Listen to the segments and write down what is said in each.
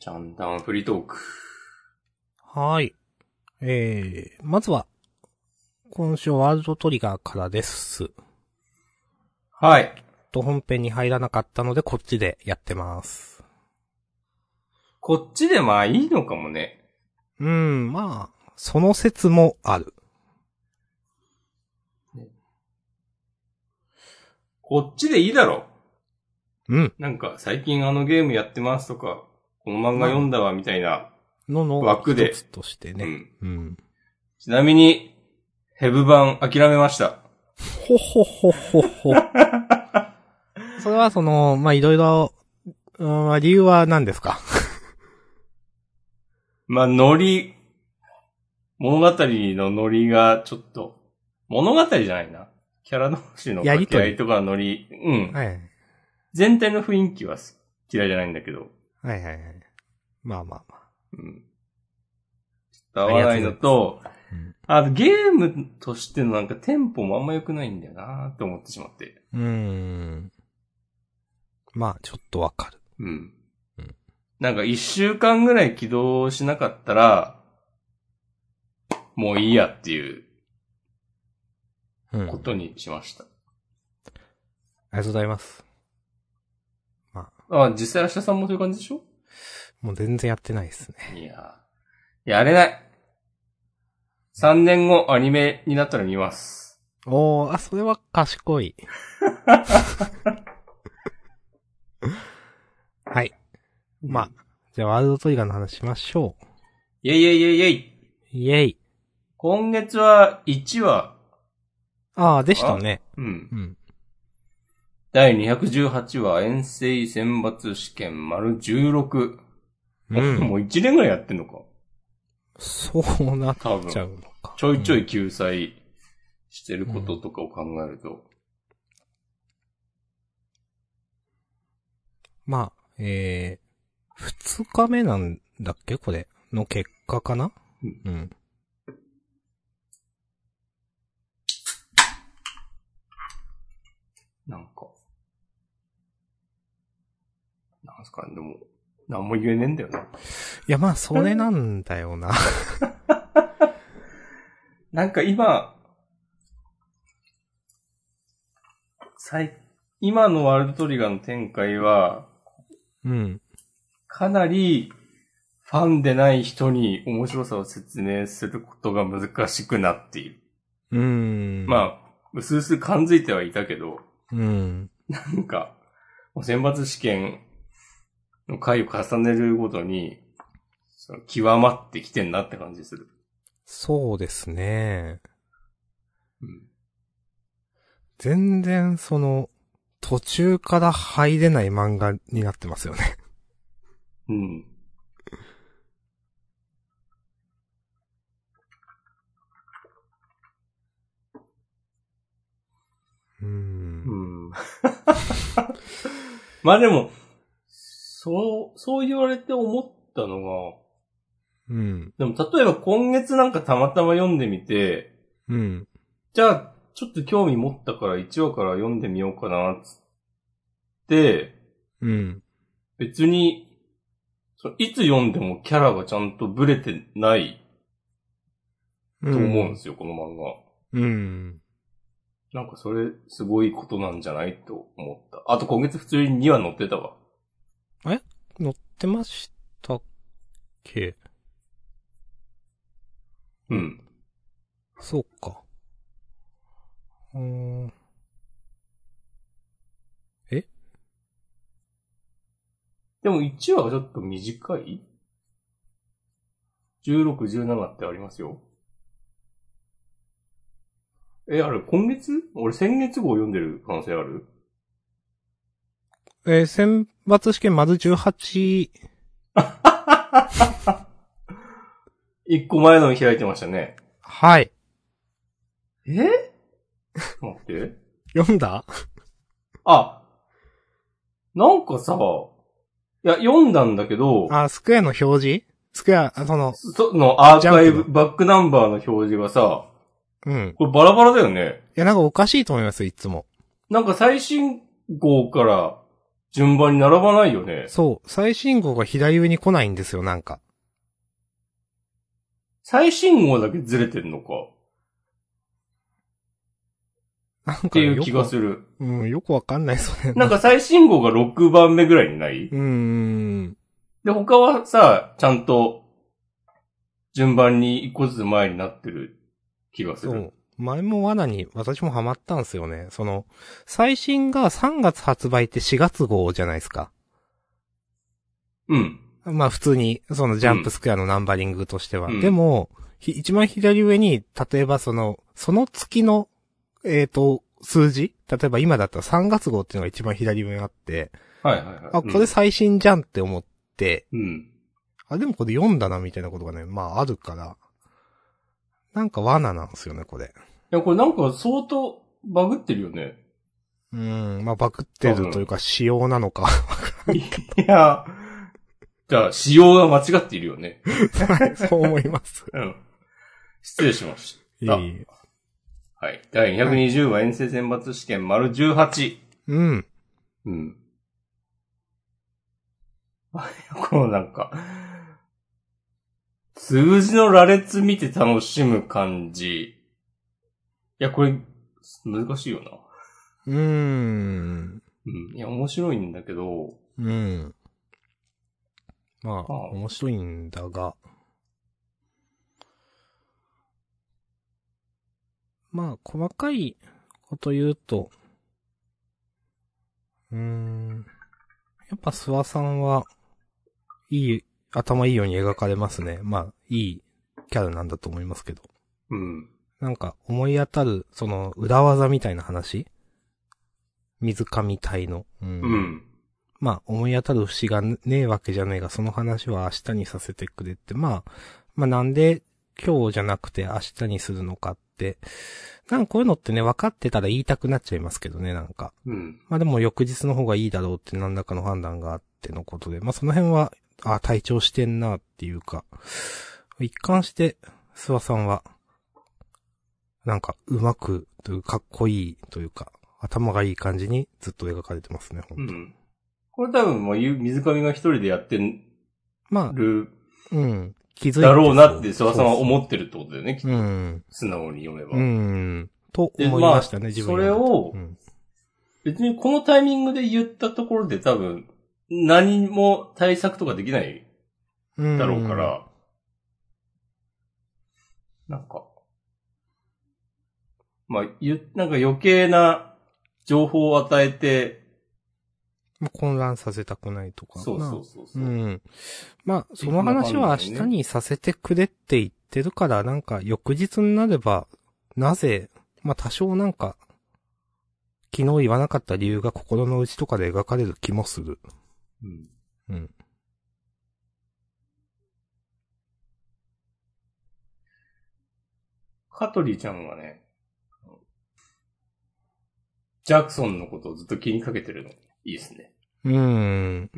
ジャンダンフリートーク。はーい。えー、まずは、今週ワールドトリガーからです。はい。と本編に入らなかったので、こっちでやってます。こっちでまあいいのかもね。うん、まあ、その説もある。こっちでいいだろ。うん。なんか最近あのゲームやってますとか、この漫画読んだわみたいな。のの、枠で一つとしてうね。ん。うん。ちなみに、ヘブ版諦めました。ほほほほほ。 それはその、まあ、いろいろ、うんまあ理由は何ですか まあノリ、物語のノリがちょっと、物語じゃないな。キャラ同士のやり掛とけり合いとかのノリ、うん。はい。全体の雰囲気は好き嫌いじゃないんだけど、はいはいはい。まあまあまあ。うん。ちょっと合わないのと、うんあとゲームとしてのなんかテンポもあんま良くないんだよなと思ってしまって。うーん。まあ、ちょっとわかる。うんうん。なんか一週間ぐらい起動しなかったら、もういいやっていううこん。とにしました。ありがとうございます。あ、実際明日さんもそういう感じでしょもう全然やってないですね。いやーやれない。3年後アニメになったら見ます。おー、あ、それは賢い。 はい。まあ、じゃあワールドトリガーの話しましょう。イェイイェイイェイイェイイェイ。今月は1話、あー、でしたね。うんう。ん。第218話遠征選抜試験丸16。うもん。う1年ぐらいやってんのか。そうなっ多ちゃう分。のか。ちょいちょうんい救済してることとかを考えると。まあ、えー、二日目なんだっけこれ。の結果かなうんうん。なんか。なんすかね、でも、なんも言えねえんだよな。いや、まあ、それなんだよな。なんか今、最、今のワールドトリガーの展開は、うん。かなりファンでない人に面白さを説明することが難しくなっている。 うーん。あ。まあ、うすうす感づいてはいたけど、うん。なんか、もう選抜試験の回を重ねるごとに、その極まってきてんなって感じする。そうですね。うん。全然、その、途中から入れない漫画になってますよね。うん。うー。うんん。 まあでも、そう、そう言われて思ったのが、うん。でも例えば今月なんかたまたま読んでみて、うん。じゃあ、ちょっと興味持ったから1話から読んでみようかな、つって、うん。別に、そのいつ読んでもキャラがちゃんとブレてないとと思うんですよ、この漫画。うん。なんかそれ、すごいことなんじゃないと思った。あと今月普通に2話載ってたわ。乗ってましたっけうん。そうか。うーん。でも1話がちょっと短い ?16、17ってありますよ。え、あれ、今月俺先月号読んでる可能性あるえー選抜試験まず18、 ?1 個前の開いてましたね。はい。え待って。読んだあ、なんかさ、いや、読んだんだけど、あ、スクエアの表示スクエア、あその、そのアーカイジャンブ、プバックナンバーの表示がさ、うん。これバラバラだよね。いや、なんかおかしいと思います、いつも。なんか最新号から順番に並ばないよね。そう、最新号が左上に来ないんですよ、なんか。最新号だけずれてんのか。なんっかていよく、う気がする。うん、よくわかんないですよね。なんか最新号が6番目ぐらいにない、うーん。で、他はさ、ちゃんと、順番に一個ずつ前になってる気がすそるう。。前も罠に私もハマったんですよね。その、最新が3月発売って4月号じゃないですか。うん。まあ普通に、そのジャンプスクエアのナンバリングとしては。うんでも、ひ一番左上に、例えばその、その月の、えっ、と、数字例えば今だったら3月号っていうのが一番左上にあって、はいはいはい。あ、これ最新じゃんって思って、うん。うん。あ、でもこれ読んだなみたいなことがね、まああるから、なんか罠なんですよね、これ。いや、これなんか相当バグってるよね。うん、まあバクってるというか、仕様なの か。いや、じゃあ、仕様が間違っているよね。はいそう思います。うん。失礼しましいた。い。はい。第220話遠征選抜試験丸18。うん。うん。こうなんか、数字の羅列見て楽しむ感じ。いや、これ、難しいよな。うーん。うん。いや、面白いんだけど、うん。まあ、あ面白いんだが。まあ、細かいこと言うと、うーん。やっぱ諏訪さんは、いい、頭いいように描かれますね。まあ、いいキャラなんだと思いますけど。うん。なんか思い当たる、その裏技みたいな話水上隊の。うんうん。まあ思い当たる節がねえわけじゃねえが、その話は明日にさせてくれって。まあ、まあなんで今日じゃなくて明日にするのかって。なんかこういうのってね、分かってたら言いたくなっちゃいますけどね、なんか。うん。まあでも翌日の方がいいだろうって何らかの判断があってのことで、まあその辺は、あ、体調してんなっていうか、一貫して、諏訪さんは、なんか、うまく、というか、かっこいいというか、頭がいい感じにずっと描かれてますね、ほうんと。ん。これ多分、まあ、ゆ水上が一人でやってまあ、るうん。気づいてだろうなって、諏訪さんはっ思ってるってことだよね。きっとうん。素直に読めば。うん。とで思いましたね、まあ自分それを読んでて別にこのタイミングで言ったところで多分、何も対策とかできないうんだろうか。ら、なんか、まあ、ゆ、なんか余計な情報を与えて、まあ混乱させたくないとか。そうまあそうそうそうう、ん。まあ、その話は明日にさせてくれって言ってるから、なんか翌日になれば、なぜ、まあ多少なんか、昨日言わなかった理由が心の内とかで描かれる気もする。うんうん。カトリーちゃんがね、ジャクソンのことをずっと気にかけてるの、いいですね。うーん。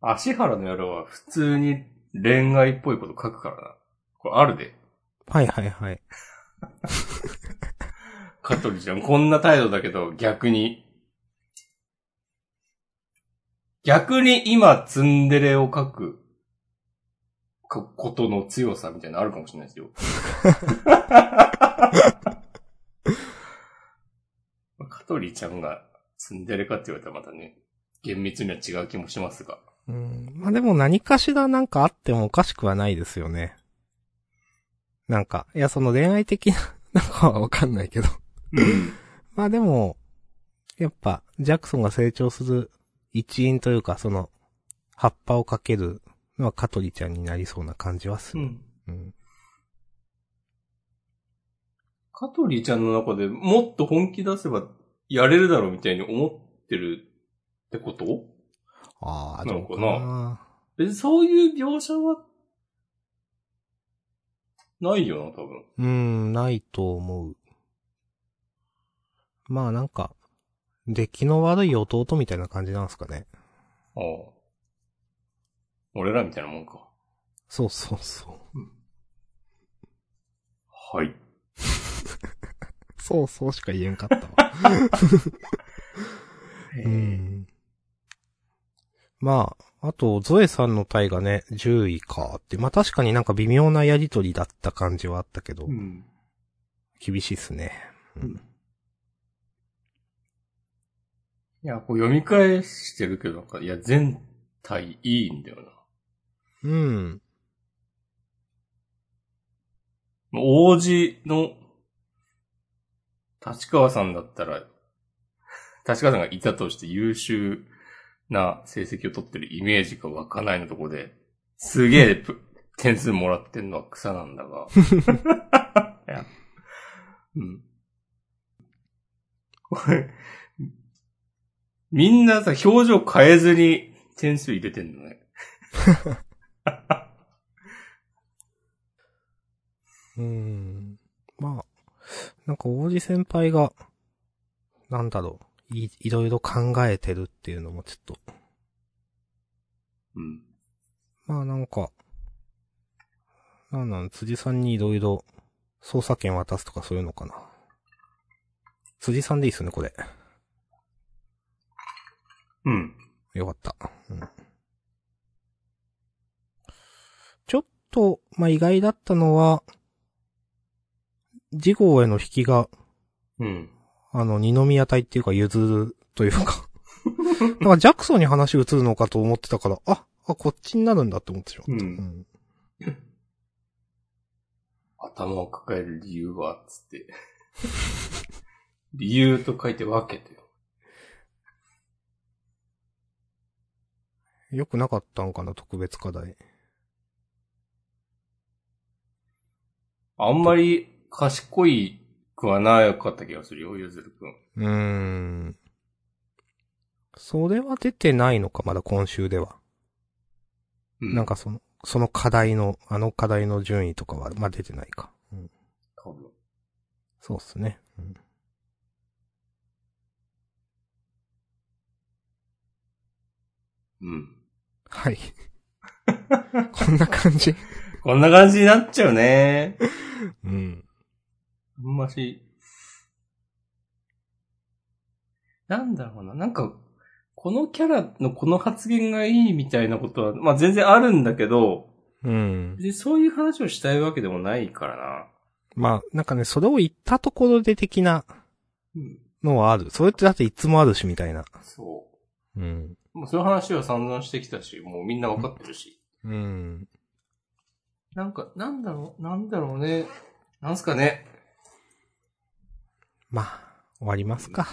足原の野郎は普通に恋愛っぽいこと書くからな。これあるで。はいはいはい。カトリちゃん、こんな態度だけど、逆に。逆に今、ツンデレを書く、かことの強さみたいなのあるかもしれないですよ。カトリちゃんがツンデレかって言われたらまたね、厳密には違う気もしますが。うん。まあでも何かしらなんかあってもおかしくはないですよね。なんか、いやその恋愛的な、 なんかはわかんないけど。まあでも、やっぱ、ジャクソンが成長する一因というか、その、葉っぱをかけるのはカトリちゃんになりそうな感じはすうる。ん。うん。カトリちゃんの中でもっと本気出せばやれるだろうみたいに思ってるってことああ、などのうかかなな。別にそういう描写は、ないよな、多分。うん、ないと思う。まあなんか、出来の悪い弟みたいな感じなんですかね。ああ。俺らみたいなもんか。そうそうそう。はい。そうそうしか言えんかったわ。ううんん。まあ、あと、ゾエさんの体がね、10位かって、まあ確かになんか微妙なやりとりだった感じはあったけど、うん。厳しいっすね。うんいや、こう読み返してるけど、なんか、いや、全体いいんだよな。うん。もう王子の、立川さんだったら、立川さんがいたとして優秀な成績を取ってるイメージが湧かないのとこで、すげえぷ点数もらってんのは草なんだ が。いやうん。これ、みんなさ、表情変えずに点数入れてんのね。うん。まあ、なんか王子先輩が、なんだろう、い、いろいろ考えてるっていうのもちょっと、うん。まあなんか、なんなん、辻さんにいろいろ捜査権渡すとかそういうのかな。辻さんでいいっすね、これ。うん。よかった。うん、ちょっと、まあ、意外だったのは、次号への引きが、うん。あの、二宮隊っていうか、ゆずという か。なんか、ジャクソンに話移るのかと思ってたから、あ、あ、こっちになるんだって思ってしまった。うんうん頭を抱える理由は、つって。 理由と書いて分けてよ。よくなかったんかな、特別課題。あんまり賢いくはなかった気がするよ、ゆずるくん。うーん。それは出てないのか、まだ今週では。うなん、かその、その課題の、あの課題の順位とかは、まあ、出てないか。うん。多分。そうっすね。うん。うん。はい。 こんな感じ。こんな感じになっちゃうね。うん。あんまし。なんだろうな、なんか、このキャラのこの発言がいいみたいなことは、まあ全然あるんだけど、うん。別にそういう話をしたいわけでもないからな。まあ、なんかね、それを言ったところで的なうん。のはある。それってだっていつもあるし、みたいな。そう。うん。もうそういう話は散々してきたし、もうみんなわかってるし。うん。なんか、なんだろう、なんだろうね。なんすかね。まあ、終わりますか。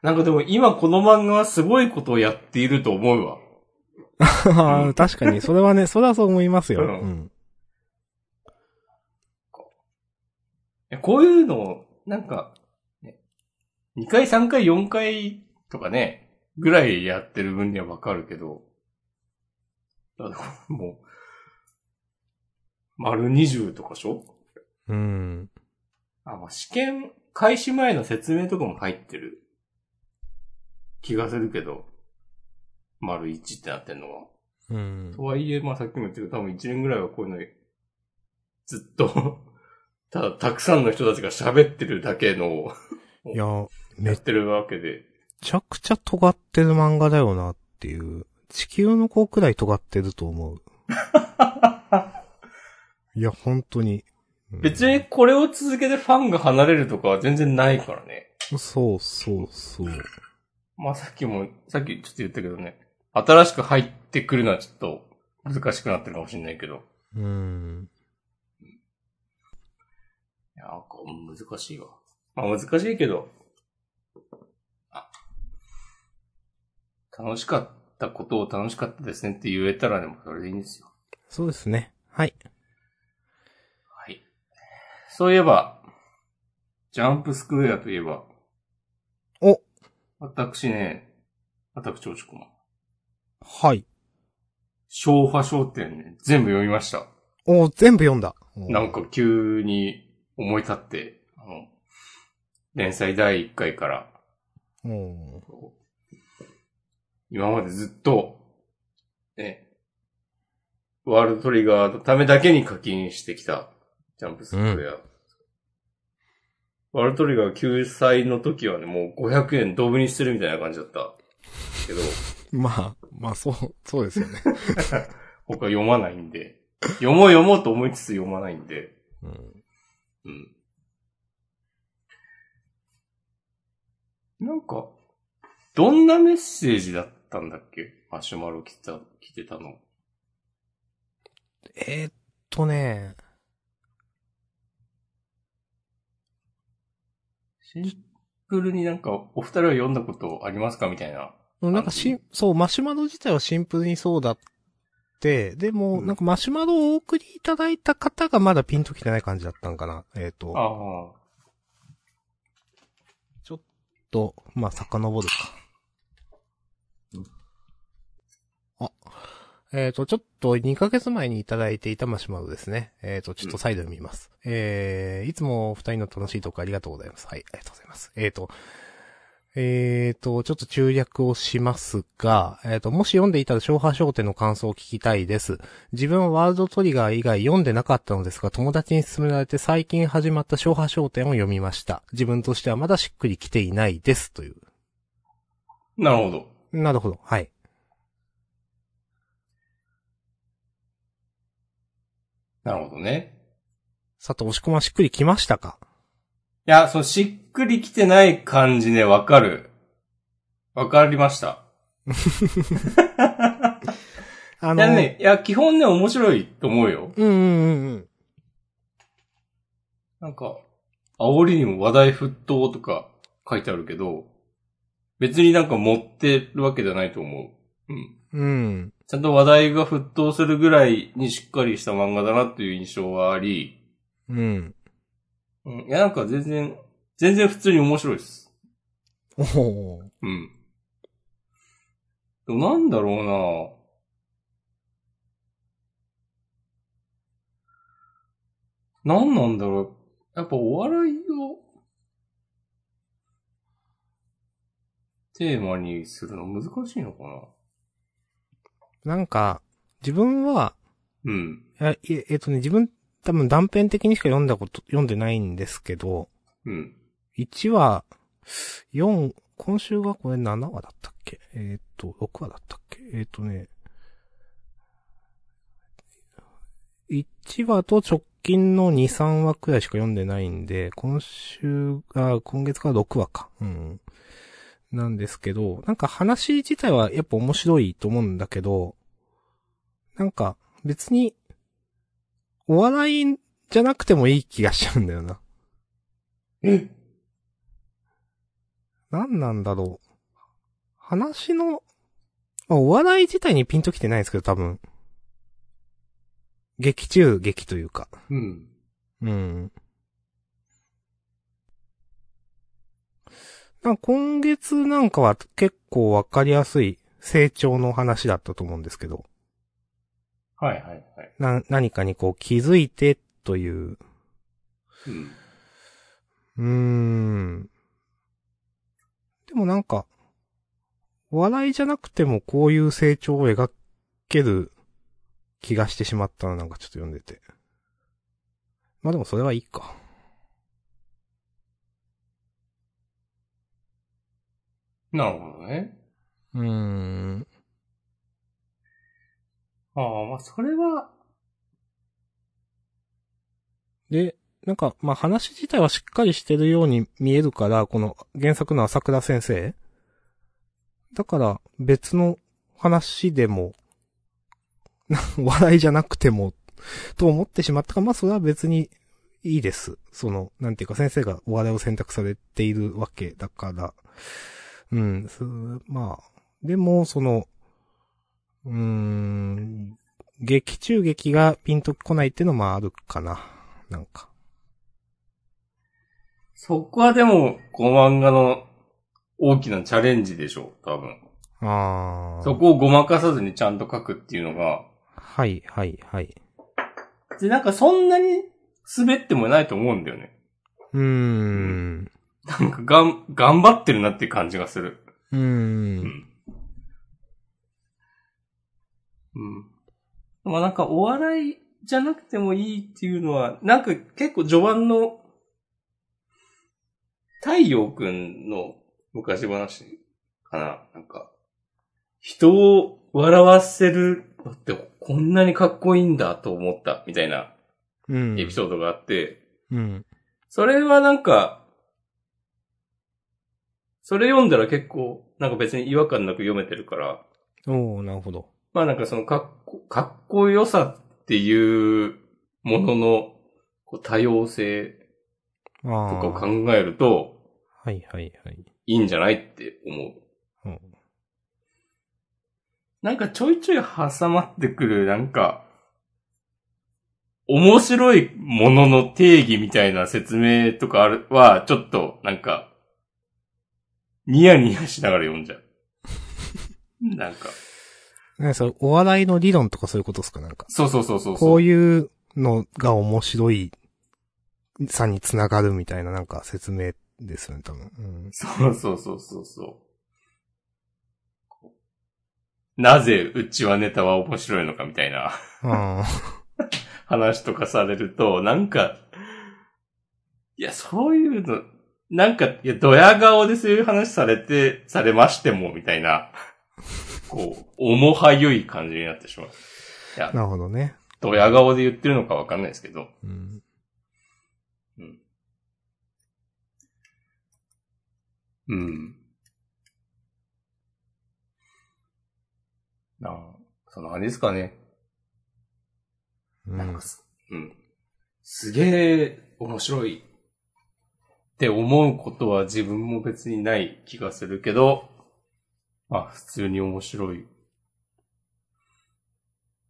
なんかでも今この漫画はすごいことをやっていると思うわ。ん 確かに、それはね、それはそう思いますよ。ううんん。いやこういうのを、なんか、ね、2回、3回、4回とかね、ぐらいやってる分にはわかるけど、だからもう、丸20とかでしょうん。あ、まあ、試験開始前の説明とかも入ってる気がするけど、丸1ってなってんのは。うんと。はいえ、まあさっきも言ったけど、多分1年ぐらいはこういうの、ずっと、 ただたくさんの人たちが喋ってるだけのをいや、やめっってるわけで、ちゃくちゃ尖ってる漫画だよなっていう。地球の子くらい尖ってると 思う。いや、本当に。うん別にこれを続けてファンが離れるとかは全然ないからね。そうそうそう。まあさっきも、さっきちょっと言ったけどね、新しく入ってくるのはちょっと難しくなってるかもしれないけど、うん。いや、なんか難しいわ。まあ難しいけど、あ楽しかったことを楽しかったですねって言えたらでもそれでいいんですよ。そうですね。はい。はい。そういえば、ジャンプスクエアといえば、お私ね、私、長子も、はい。昭和商店ね、全部読みました。お全部読んだ。おなんか急に思い立って、あの、連載第1回から、お今までずっと、ね、ワールドトリガーのためだけに課金してきた、ジャンプスクエア。ワルトリガー救済の時はね、もう500円ドブにしてるみたいな感じだった。けど、まあ、まあ、そう、そうですよね。 僕は読まないんで、読もう読もうと思いつつ読まないんで、うん。うん。なんか、どんなメッセージだったんだっけマシュマロ来た、来てたの。えーっとね、シンプルになんか、お二人は読んだことありますかみたいな。うんなんかし、そう、マシュマロ自体はシンプルにそうだって、でも、うんなんかマシュマロをお送りいただいた方がまだピンときてない感じだったんかな。えーっと、ああ。と、まあ、遡るか。あ、えっ、と、ちょっと2ヶ月前にいただいていたマシュマロですね。えっ、と、ちょっと再度見ます。えー、いつもお二人の楽しいトークありがとうございます。はい、ありがとうございます。えっ、と、えっ、と、ちょっと中略をしますが、えっ、と、もし読んでいたら昭和商店の感想を聞きたいです。自分はワールドトリガー以外読んでなかったのですが、友達に勧められて最近始まった昭和商店を読みました。自分としてはまだしっくりきていないです。という。なるほど。なるほど。はい。なるほどね。佐藤押し込ましっくりきましたかいや、そのしっくりきてない感じね、わかる。わかりました。あいの、やね、いや、基本ね、面白いと思うよ。うんうんうんうん。なんか、煽りにも話題沸騰とか書いてあるけど、別になんか持ってるわけじゃないと思う。うん。うん。ちゃんと話題が沸騰するぐらいにしっかりした漫画だなっていう印象はあり、うん。うん。いや、なんか全然、全然普通に面白いです。おお。うん。でもなんだろうななんなんだろうやっぱお笑いをテーマにするの難しいのかななんか、自分は、うん。いやいええっとね、自分、多分断片的にしか読んだこと、読んでないんですけど、うん。 1話、4、今週がこれ7話だったっけえーっと、6話だったっけえーっとね、1話と直近の2、3話くらいしか読んでないんで、今週が、今月から6話か。うん。なんですけど、なんか話自体はやっぱ面白いと思うんだけど、なんか別に、お笑いじゃなくてもいい気がしちゃうんだよな。え何なんだろう。話の、まあ、お笑い自体にピンときてないんですけど、多分。劇中劇というか。うん。うん。なんか今月なんかは結構わかりやすい成長の話だったと思うんですけど、はいはいはい。な、何かにこう気づいてという、うん。うーん。でもなんか、お笑いじゃなくてもこういう成長を描ける気がしてしまったな、なんかちょっと読んでて。まあでもそれはいいか。なるほどね。うーん。ああ、まあそれは、で、なんか、まあ話自体はしっかりしてるように見えるから、この原作の朝倉先生。だから、別の話でも、 な笑いじゃなくても、と思ってしまったから、まあそれは別にいいです。その、なんていうか先生がお笑いを選択されているわけだから。うん、すまあ、でも、その、うーん、劇中劇がピンとこないっていうのもあるかな。なんか。そこはでも、この漫画の大きなチャレンジでしょう、多分。ああ。そ。こをごまかさずにちゃんと書くっていうのが、はい、はい、はい。で、なんかそんなに滑ってもないと思うんだよね。うーん。なんかがん、頑張ってるなっていう感じがする。うー。うんん。うん。まあなんかお笑いじゃなくてもいいっていうのは、なんか結構序盤の太陽くんの昔話かななんか、人を笑わせるのってこんなにかっこいいんだと思ったみたいなうん。エピソードがあって、うん。それはなんか、それ読んだら結構、なんか別に違和感なく読めてるから、おー、なるほど。まあなんかそのかっこ、かっこよさっていうもののこう多様性あとかを考あ。えると、はいはいはい。いいんじゃないって思う。うんなんかちょいちょい挟まってくる、なんか、面白いものの定義みたいな説明とかあるは、ちょっと、なんか、ニヤニヤしながら読んじゃう。なんか、ね、それ、お笑いの理論とかそういうことですかなんか。そうそうそうそうそう。こういうのが面白いさにつながるみたいななんか説明ですよね、多分。うん。そうそうそうそうそう。なぜうちはネタは面白いのかみたいな。あ話とかされると、なんか、いや、そういうの、なんか、いや、ドヤ顔でそういう話されて、されましても、みたいな、こう、重はゆい感じになってしまう。いやあ、、なるほどね。ドヤ顔で言ってるのかわかんないですけど、うん。うん。なん、そのあれですかね。うなんかん。す、うん。すげえ面白いって思うことは自分も別にない気がするけど、まあ普通に面白い。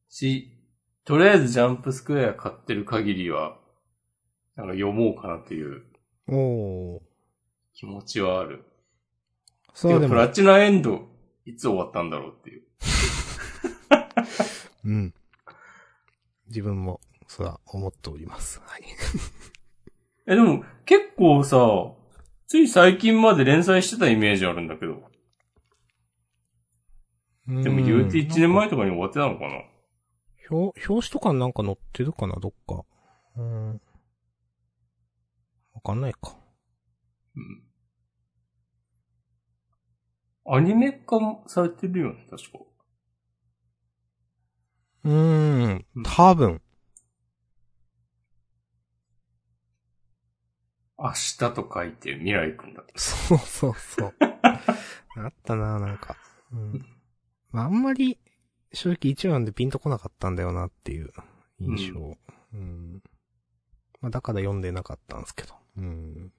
し、とりあえずジャンプスクエア買ってる限りは、なんか読もうかなというおー。気持ちはある。そうてでかプラも、チナエンド、いつ終わったんだろうっていう。うん。自分も、そら、思っております。はい。え、でも結構さ、つい最近まで連載してたイメージあるんだけど。でも言うて1年前とかに終わってたのかな表、表紙とかなんか載ってるかな、どっか。うん。わかんないか。アニメ化もされてるよね、確か。うーん。多分。明日と書いて未来くんだっけそうそうそう。あったな、なんか。うん。まあ、あんまり、正直一話なんでピンとこなかったんだよなっていう印象。うん。まあ、だから読んでなかったんですけど。うん。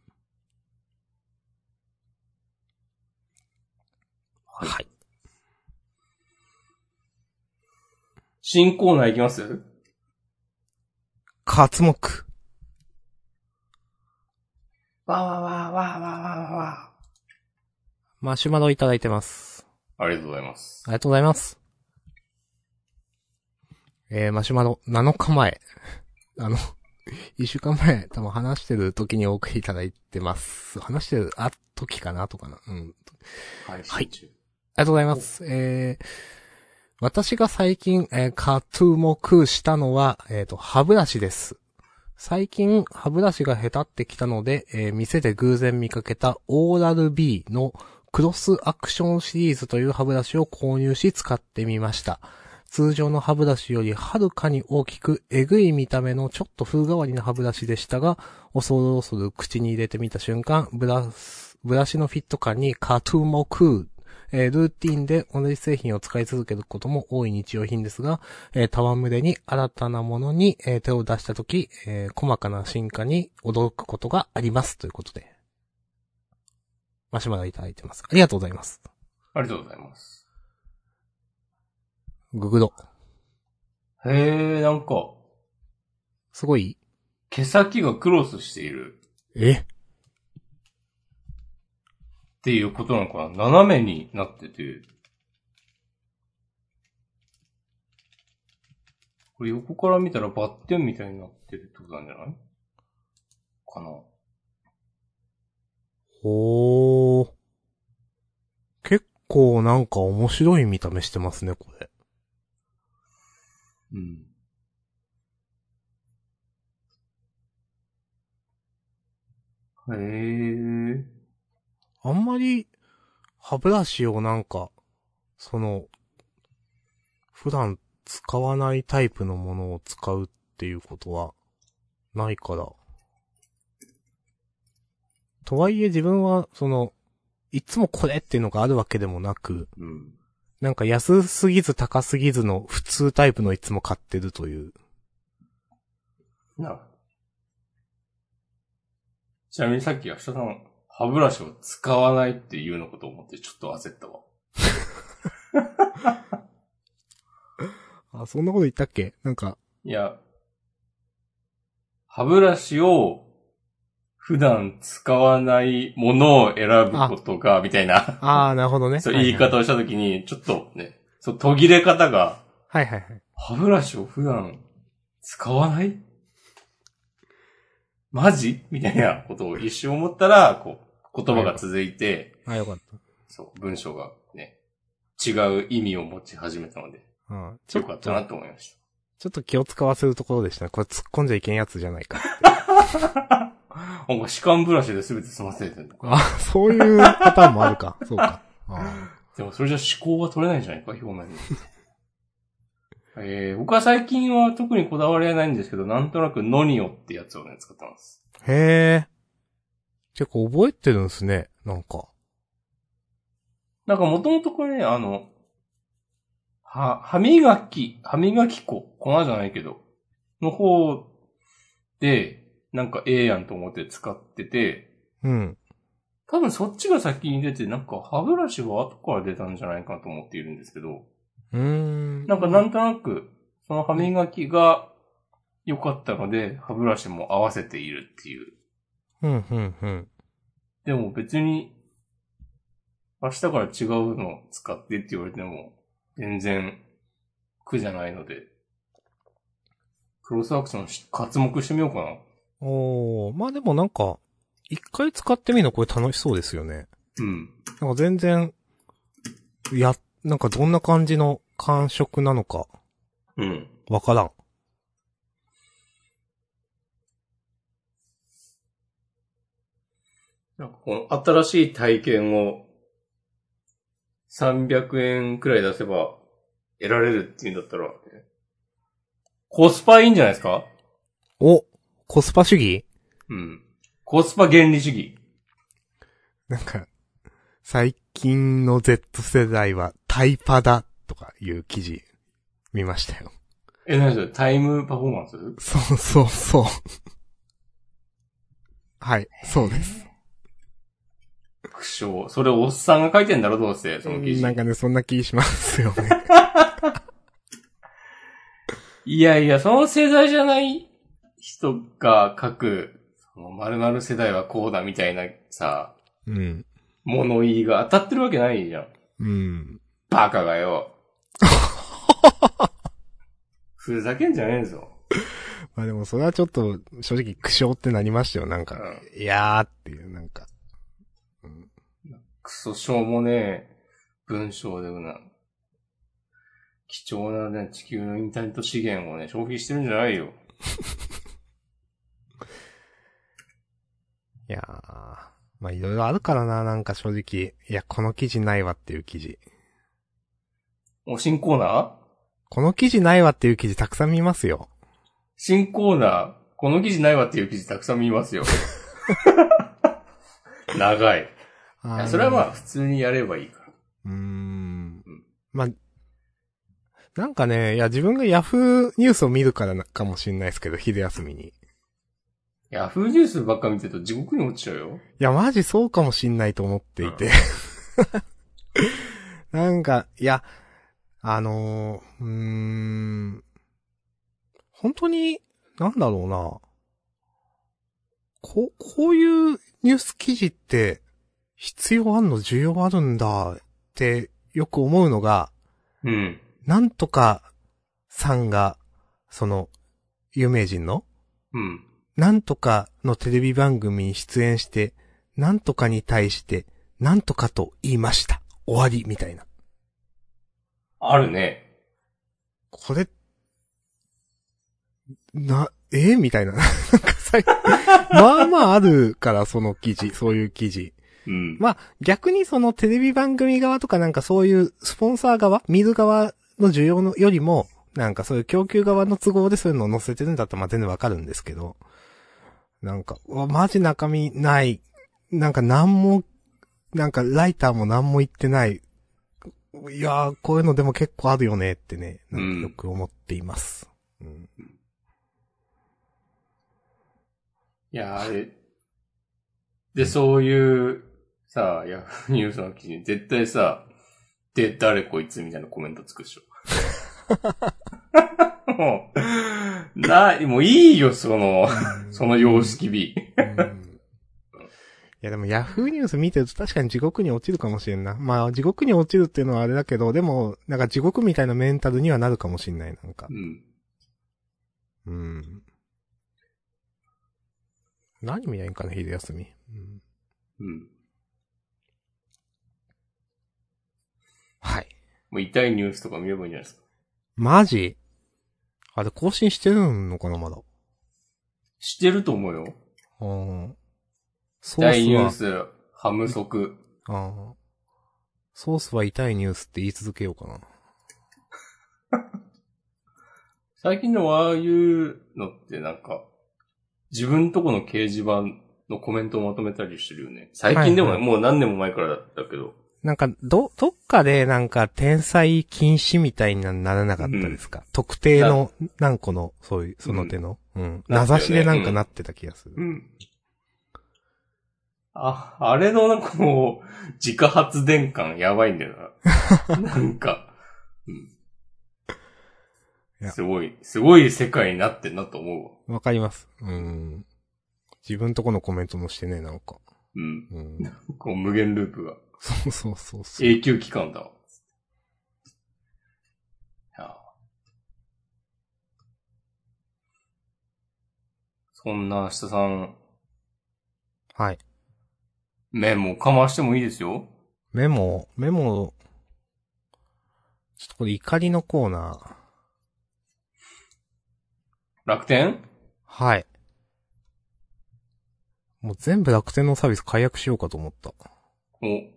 はいはい。新コーナーいきます活目。わわわわわわわわ。マシュマロいただいてます。ありがとうございますあ。りがとうございます。えー、マシュマロ、7日前。 あの、1週間前、多分話してる時にお送りいただいてます。話してる、あ、時かなとかな。うん。配信中。ありがとうございます。えー、私が最近、えー、カトゥーも食うしたのは、えっ、と、歯ブラシです。最近、歯ブラシが下手ってきたので、えー店で偶然見かけたオーラル B のクロスアクションシリーズという歯ブラシを購入し使ってみました。通常の歯ブラシよりはるかに大きく、えぐい見た目のちょっと風変わりな歯ブラシでしたが、恐る恐る口に入れてみた瞬間、ブラス、ブラシのフィット感にカトゥーも食うえールーティンで同じ製品を使い続けることも多い日用品ですが、えー、戯れに新たなものに、えー手を出したとき、えー細かな進化に驚くことがあります。ということで。マシュマロいただいてます。ありがとうございます。ありがとうございます。ググロ。へえ、なんか、すごい毛先がクロスしているえっていうことなのかな斜めになってて。これ横から見たらバッテンみたいになってるってことなんじゃないかな。ほー。結構なんか面白い見た目してますね、これ。うん。へえ。あんまり、歯ブラシをなんか、その、普段使わないタイプのものを使うっていうことは、ないから。とはいえ自分は、その、いつもこれっていうのがあるわけでもなく、うん。なんか安すぎず高すぎずの普通タイプのいつも買ってるという。なるほどちなみにさっき明日さん、歯ブラシを使わないっていうのことを思ってちょっと焦ったわ。あ、そんなこと言ったっけなんか、いや、歯ブラシを普段使わないものを選ぶことが、みたいな。あー、なるほどね。そう、はいは言いい方をしたときに、ちょっとね、そう、途切れ方が、はいはいはい。歯ブラシを普段使わないマジみたいなことを一瞬思ったら、こう、言葉が続いて、あ、よかっそう、文章がね、違う意味を持ち始めたので、た。うん。ちょよっかったと、なと思いましちょっと気を使わせるところでしたね。これ突っ込んじゃいけんやつじゃないか。 た。なんか歯間ブラシで全て済ませてるのあか。、そういうパターンもあるか。 そうか。あでもそれじゃ思考は取れないんじゃないか、表面に。 えー、僕は最近は特にこだわりはないんですけど、なんとなくノニオってやつをね、使ってます。ーへえ。結構覚えてるんですね。なんか。なんかもともとこれね、あの、は、歯磨き、歯磨き粉、粉じゃないけど、の方で、なんかええやんと思って使ってて、うん。多分そっちが先に出て、なんか歯ブラシは後から出たんじゃないかと思っているんですけど、うーん。なんかなんとなく、その歯磨きが良かったので、歯ブラシも合わせているっていう。うん、うん、うん。でも別に、明日から違うの使ってって言われても、全然苦じゃないので、クロスアクションし、活目してみようかな。おー、まあでもなんか、一回使ってみるのこれ楽しそうですよね。うん。なんか全然、や、なんかどんな感じの感触なのか、うん。わからん。なんかこの新しい体験を300円くらい出せば得られるっていうんだったら、コスパいいんじゃないですかおコスパ主義うん。コスパ原理主義。 なんか、最近の Z 世代はタイパだとかいう記事見ましたよ。 え、何それタイムパフォーマンスそうそうそう。 はい、そうです。苦笑。それおっさんが書いてんだろどうせ、その記事。なんかね、そんな気しますよね。いやいや、その世代じゃない人が書く、その〇〇世代はこうだみたいなさ、 うん。物言いが当たってるわけないじゃん。うん。バカがよ。 ふざけんじゃねえぞ。まあでもそれはちょっと、正直苦笑ってなりましたよ、なんうか。んいやーっていう、なんか。クソしょうもねえ文章でもな。貴重なね、地球のインターネット資源をね、消費してるんじゃないよ。いやー。まあいろいろあるからな、なんか正直。いや、この記事ないわっていう記事。お、新コーナーこの記事ないわっていう記事たくさん見ますよ。新コーナー、この記事ないわっていう記事たくさん見ます よ。長い。いやそれはまあ普通にやればいいから。うーん。まあ、なんかね、いや自分がヤフーニュースを見るからなかもしれないですけど、昼休みに。いヤフーニュースばっか見てると地獄に落ちちゃうよ。や、マジそうかもしんないと思っていて。 なんか、いや、あのー、うーん。本当に、なんだろうな。こう、こういうニュース記事って、必要あんの需要あるんだってよく思うのが、うん。なんとかさんが、その、有名人の、うん。なんとかのテレビ番組に出演して、なんとかに対して、なんとかと言いました。終わり、みたいな。あるね。これ、な、 えーみたいな。なんか最まあまああるから、その記事、そういう記事。うん。まあ、逆にそのテレビ番組側とかなんかそういうスポンサー側、見る側の需要のよりも、なんかそういう供給側の都合でそういうのを載せてるんだったらまあ全然わかるんですけど、なんか、うわマジ中身ない、なんか何も、なんかライターも何も言ってない、いやー、こういうのでも結構あるよねってね、なんかよく思っています。うん。いや、あれ。で、そういう、さ、ヤフーニュースの記事に絶対さ、で、誰こいつみたいなコメントつくで しょ。もう、ない、もういいよ、その、その様式美。うんいやでもヤフーニュース見てると確かに地獄に落ちるかもしれんな。まあ地獄に落ちるっていうのはあれだけど、でも、なんか地獄みたいなメンタルにはなるかもしんない、なんかう。ん。うん。何見ないんかね、昼休み。うんうん。はい。もう痛いニュースとか見ればいいんじゃないですか。マジあれ更新してるのかな、まだ。してると思うよ。うん。ソ痛いニューースス、ハム足。は、うんソースは痛いニュースって言い続けようかな。最近のああいうのってなんか、自分とこの掲示板のコメントをまとめたりしてるよね。最近でも、はいはもう何年も前からだったけど。なんか、ど、どっかでなんか天才禁止みたいにならなかったですか、特定の何個の、そういう、その手の、うん。名指しでなんかなってた気がする。うん。あ、あれのなんかもう、自家発電感やばいんだよ な。なんか、いうん。やすごい、すごい世界になってんなと思うわ。わ、かります。うん。自分とこのコメントもしてね、なんか。うん。うん。こう無限ループが。そうそうそうそう。永久期間だわ。いやそんな明日さん、はい。メモかましてもいいですよ。メモ、メモ、ちょっとこれ怒りのコーナー。楽天はい。もう全部楽天のサービス解約しようかと思った。お、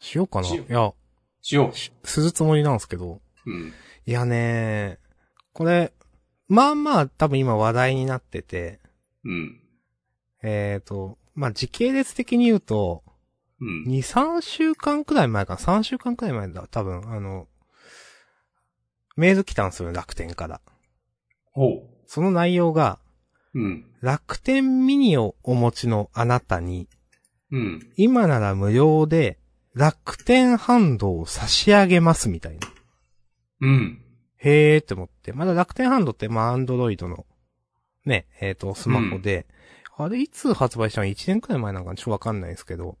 しようかな。しいようや、しよしするつもりなんですけど。う。うん。いやねこれ、まあまあ多分今話題になってて、うん。えーと、まあ時系列的に言うと、うん。 2、3週間くらい前かな、3週間くらい前だ、多分、あの、メール来たんですよ、楽天から。ほその内容が、う。うん。楽天ミニをお持ちのあなたに、うん。今なら無料で、楽天ハンドを差し上げます、みたいな。うん。へーって思って。まだ楽天ハンドって、まあ、アンドロイドの、ね、えっ、と、スマホで、あれ、いつ発売したの ?1 年くらい前なんかなちょっとわかんないですけど。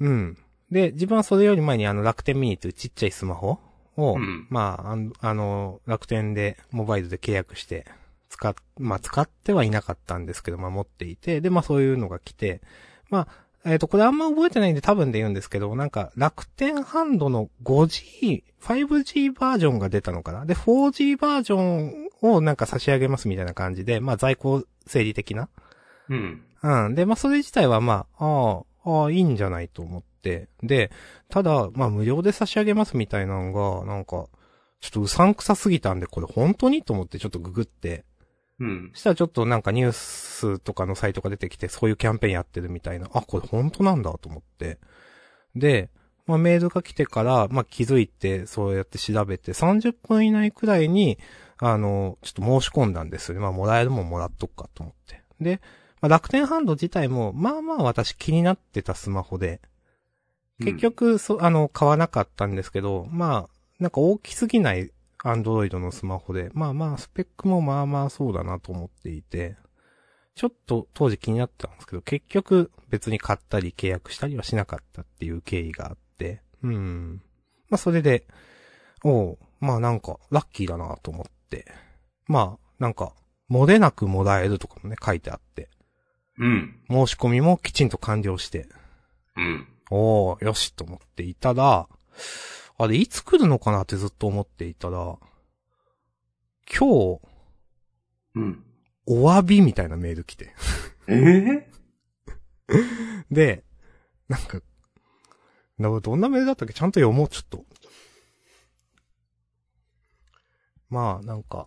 うん。うん。で、自分はそれより前にあの、楽天ミニというちっちゃいスマホを、うんまああん、あの、楽天で、モバイルで契約して、使っ、まあ、使ってはいなかったんですけど、まあ、持っていて、で、まあ、そういうのが来て、まあ、えっ、と、これあんま覚えてないんで多分で言うんですけど、なんか、楽天ハンドの 5G、5G バージョンが出たのかなで、4G バージョンをなんか差し上げますみたいな感じで、まあ、在庫整理的なうん。うん。で、まあ、それ自体はまあ、ああ、ああ、いいんじゃないと思って。で、ただ、まあ、無料で差し上げますみたいなのが、なんか、ちょっとうさんくさすぎたんで、これ本当にと思ってちょっとググって。うん。したらちょっとなんかニュースとかのサイトが出てきて、そういうキャンペーンやってるみたいな、あ、これ本当なんだと思って。で、まあ、メールが来てから、まあ、気づいて、そうやって調べて、30分以内くらいに、あの、ちょっと申し込んだんですよね。まあ、もらえるもんもらっとくかと思って。で、まあ、楽天ハンド自体も、まあまあ私気になってたスマホで、結局、そ、あの、買わなかったんですけど、まあ、なんか大きすぎないアンドロイドのスマホで、まあまあ、スペックもまあまあそうだなと思っていて、ちょっと当時気になってたんですけど、結局別に買ったり契約したりはしなかったっていう経緯があって、うん。まあそれで、おう、まあなんかラッキーだなと思って、まあなんか、漏れなくもらえるとかもね、書いてあって、うん。申し込みもきちんと完了して、うん。おー、よしと思っていたら、あれ、いつ来るのかなってずっと思っていたら、今日、うん。お詫びみたいなメール来て。ええ で、なんか、などんなメールだったっけちゃんと読もう、ちょっと。まあ、なんか、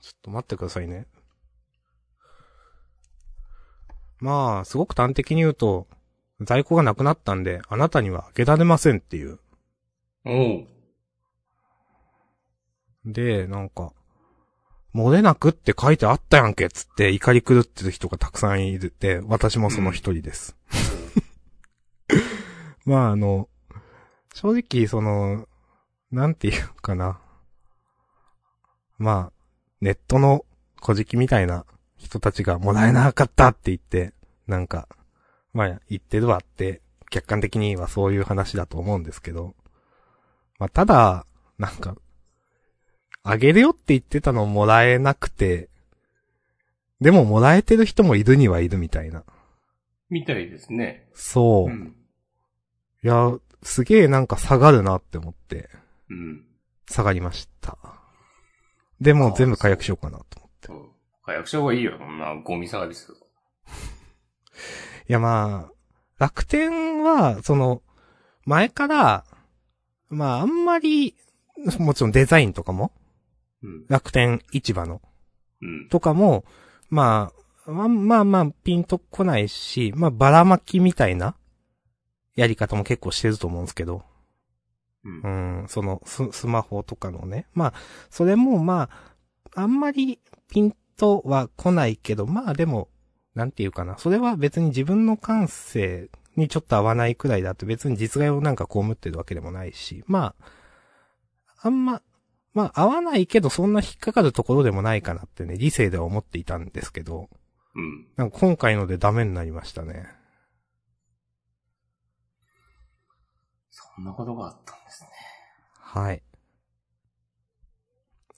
ちょっと待ってくださいね。まあ、すごく端的に言うと、在庫がなくなったんで、あなたには開けられませんっていう。おう。で、なんか、漏れなくって書いてあったやんけっつって怒り狂ってる人がたくさんいて、私もその一人です。 まああの、正直その、なんていうかな。まあ、ネットの小じきみたいな人たちがもらえなかったって言って、なんか、まあ言ってるわって、客観的にはそういう話だと思うんですけど。まあただ、なんか、あげるよって言ってたのもらえなくて、でももらえてる人もいるにはいるみたいな。みたいですね。そうう。ん。いや、すげえなんか下がるなって思って、うん。下がりました。で、もう全部解約しようかなと思って。そう。役者はいいよ、そんなゴミサービス。いやまあ、楽天は、その、前から、まああんまり、もちろんデザインとかも、うん。楽天市場のうん。とかも、まあ、まあまあまあ、ピンとこないし、まあばらまきみたいな、やり方も結構してると思うんですけど、うんう。ん、そのス、スマホとかのね。まあ、それもまあ、あんまりピンとは来ないけど、まあでも、なんていうかな。それは別に自分の感性にちょっと合わないくらいだって別に実害をなんか被ってるわけでもないし、まあ、あんま、まあ合わないけどそんな引っかかるところでもないかなってね、理性では思っていたんですけど、うん。なんか今回のでダメになりましたね。そんなことがあったんですね。はい。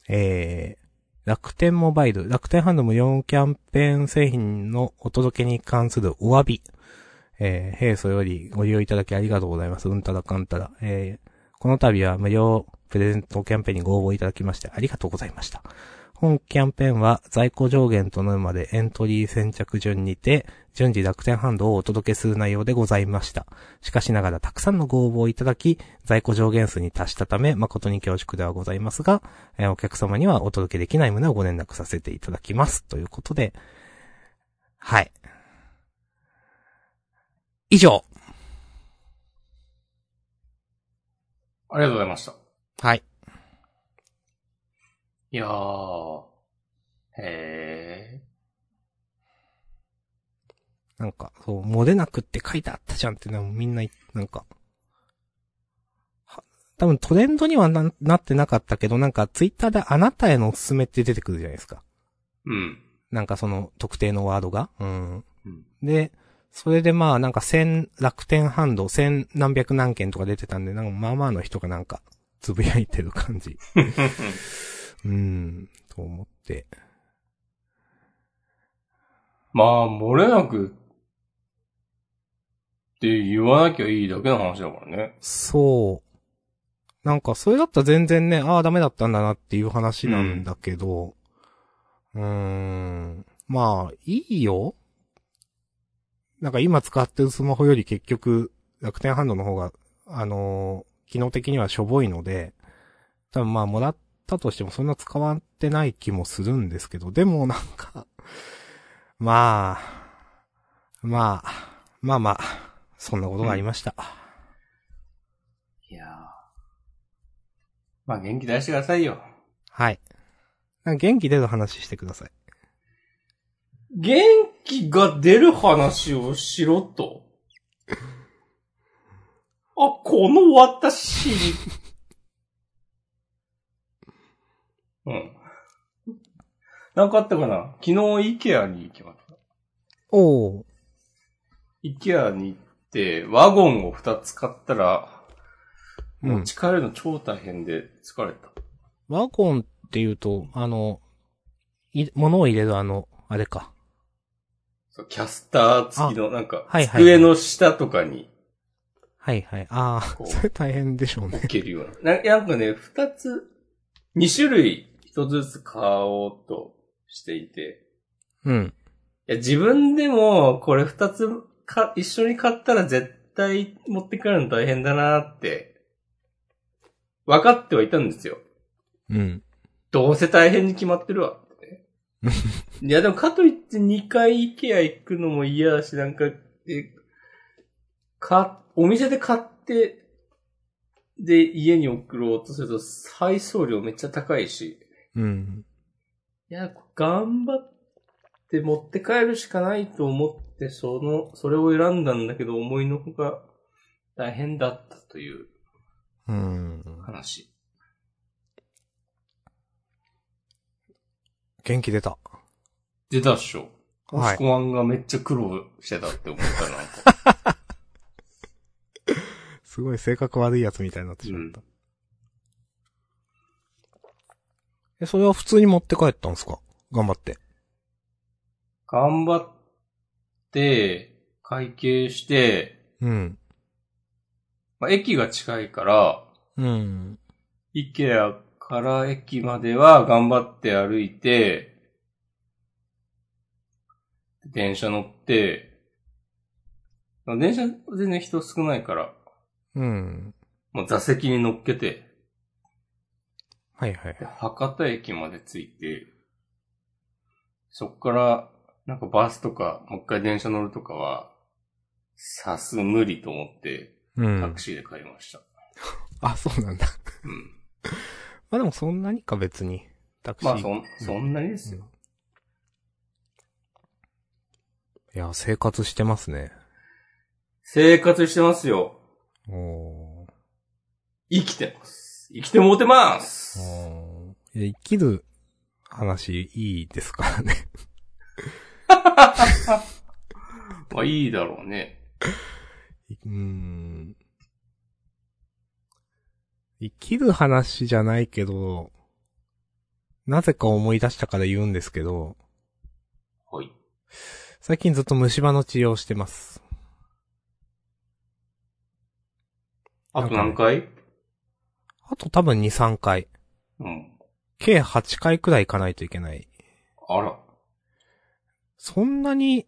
えー、楽天モバイル、楽天ハンド無料キャンペーン製品のお届けに関するお詫び。えー、平素よりご利用いただきありがとうございます。うんたらかんたら。えー、この度は無料プレゼントキャンペーンにご応募いただきましてありがとうございました。本キャンペーンは在庫上限となるまでエントリー先着順にて、順次楽天ハンドをお届けする内容でございました。しかしながらたくさんのご応募をいただき、在庫上限数に達したため、誠に恐縮ではございますが、えーお客様にはお届けできない旨をご連絡させていただきます。ということで、はい。以上。ありがとうございました。はい。いやー。へなんか、そう、漏れなくって書いてあったじゃんってのはみんな、なんか、は多分トレンドにはななってなかったけど、なんかツイッターであなたへのおすすめって出てくるじゃないですか。ー。うん。なんかその特定のワードが。うん。うんで、それでまあなんか千、楽天ハンド、千何百何件とか出てたんで、なんかまあまあの人がなんか、つぶやいてる感じ。うん、と思って。まあ、漏れなく、って言わなきゃいいだけの話だからね。そう。なんかそれだったら全然ね、ああダメだったんだなっていう話なんだけど、うーんまあ、いいよ。なんか今使ってるスマホより結局、楽天ハンドの方が、あのー機能的にはしょぼいので、多分まあもらったとしてもそんな使わってない気もするんですけど、でもなんか、まあ、まあ、まあまあ、そんなことがありました。いやー。まあ、元気出してくださいよ。はい。なんか元気出る話してください。元気が出る話をしろと。あ、この私に。うん。なんかあったかな昨日 IKEA に行きました。おお。 IKEA に行って、ワゴンを2つ買ったら、持ち帰るの超大変で疲れた。ワゴンっていうと、あの、い、物を入れるあの、あれか。そうキャスター付きの、なんか、はいはい机の下とかにはいはい。あこうあ、それ大変でしょうね。置けるような。ななんかね、2つ、2種類1つずつ買おうとしていて、うん。いや、自分でも、これ2つか、一緒に買ったら絶対持って帰るの大変だなって、分かってはいたんですよ。うん。どうせ大変に決まってるわってね。いや、でもかといって2回 IKEA 行くのも嫌だし、なんか、え、か、お店で買って、で、家に送ろうとすると、配送料めっちゃ高いし。うん。いや、頑張って持って帰るしかないと思って、その、それを選んだんだけど、思いのほか大変だったといううん。話。元気出た。出たっしょ。ははいい。マンがめっちゃ苦労してたって思ったな。すごい性格悪いやつみたいになってしまった。え、それは普通に持って帰ったんですか頑張って。頑張って、会計して、うん。まあ、駅が近いから、うん。 IKEA から駅までは頑張って歩いて、電車乗って、まあ電車全然人少ないから、うん。もう座席に乗っけて、はいはいで。博多駅まで着いて、そっから、なんかバスとか、もう一回電車乗るとかは、さす無理と思って、うタんク。シーで帰りました。あ、そうなんだ。うん。まあでもそんなにか別に。タクシー。まあ、そん、そんなにですよ。いや、生活してますね。生活してますよ。おー。生きてます。生きてもうてます。おーいや生きる話いいですからね。 まあ、いいだろうね。うーん。生きる話じゃないけど、なぜか思い出したから言うんですけど、はい。最近ずっと虫歯の治療をしてます。あと何回あと多分2、3回。うん。計8回くらい行かないといけない。あら。そんなに、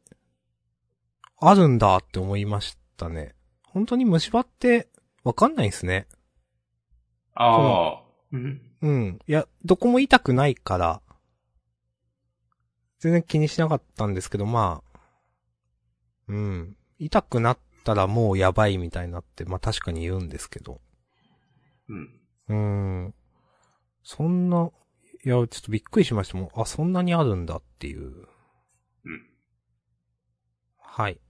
あるんだって思いましたね。本当に虫歯って、わかんないんすね。ああ。うん。うん。いや、どこも痛くないから、全然気にしなかったんですけど、まあ、うん。痛くなったらもうやばいみたいになって、まあ確かに言うんですけど。うん。うん。そんな、いや、ちょっとびっくりしましたもん。あ、そんなにあるんだっていう。うん。はい。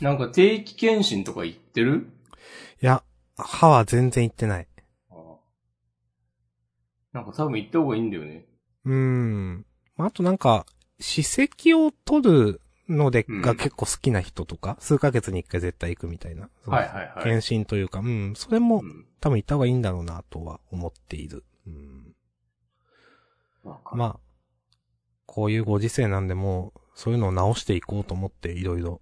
なんか定期検診とか行ってるいや、歯は全然いってない。ああなんか多分行った方がいいんだよね。うーん。まあ、あとなんか、歯石を取るので、うんが結構好きな人とか、数ヶ月に一回絶対行くみたいな。そうはいはいはい。検診というか、うん、それもうん。多分行った方がいいんだろうなとは思っている。うん、わかるまあ、こういうご時世なんでもう、そういうのを直していこうと思っていろいろ。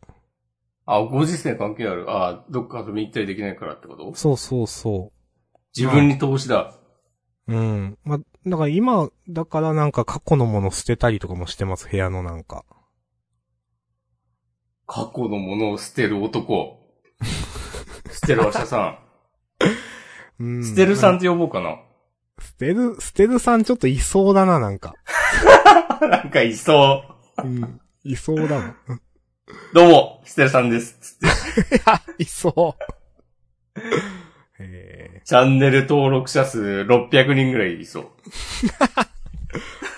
あ、ご時世関係ある。ああ、どっか遊びに行ったりできないからってことそうそうそ自分に投資だ。う。うん。まあ、だから今、だからなんか過去のもの捨てたりとかもしてます、部屋のなんか。過去のものを捨てる 男。捨てる明日さうん。ん。捨てるさんって呼ぼうかな。捨てる、捨てるさんちょっといそうだな、なんか。なんかいそうん。いそうだもん。う。どうも、ステルさんです。つって いそう。えチャンネル登録者数600人ぐらいいそう。え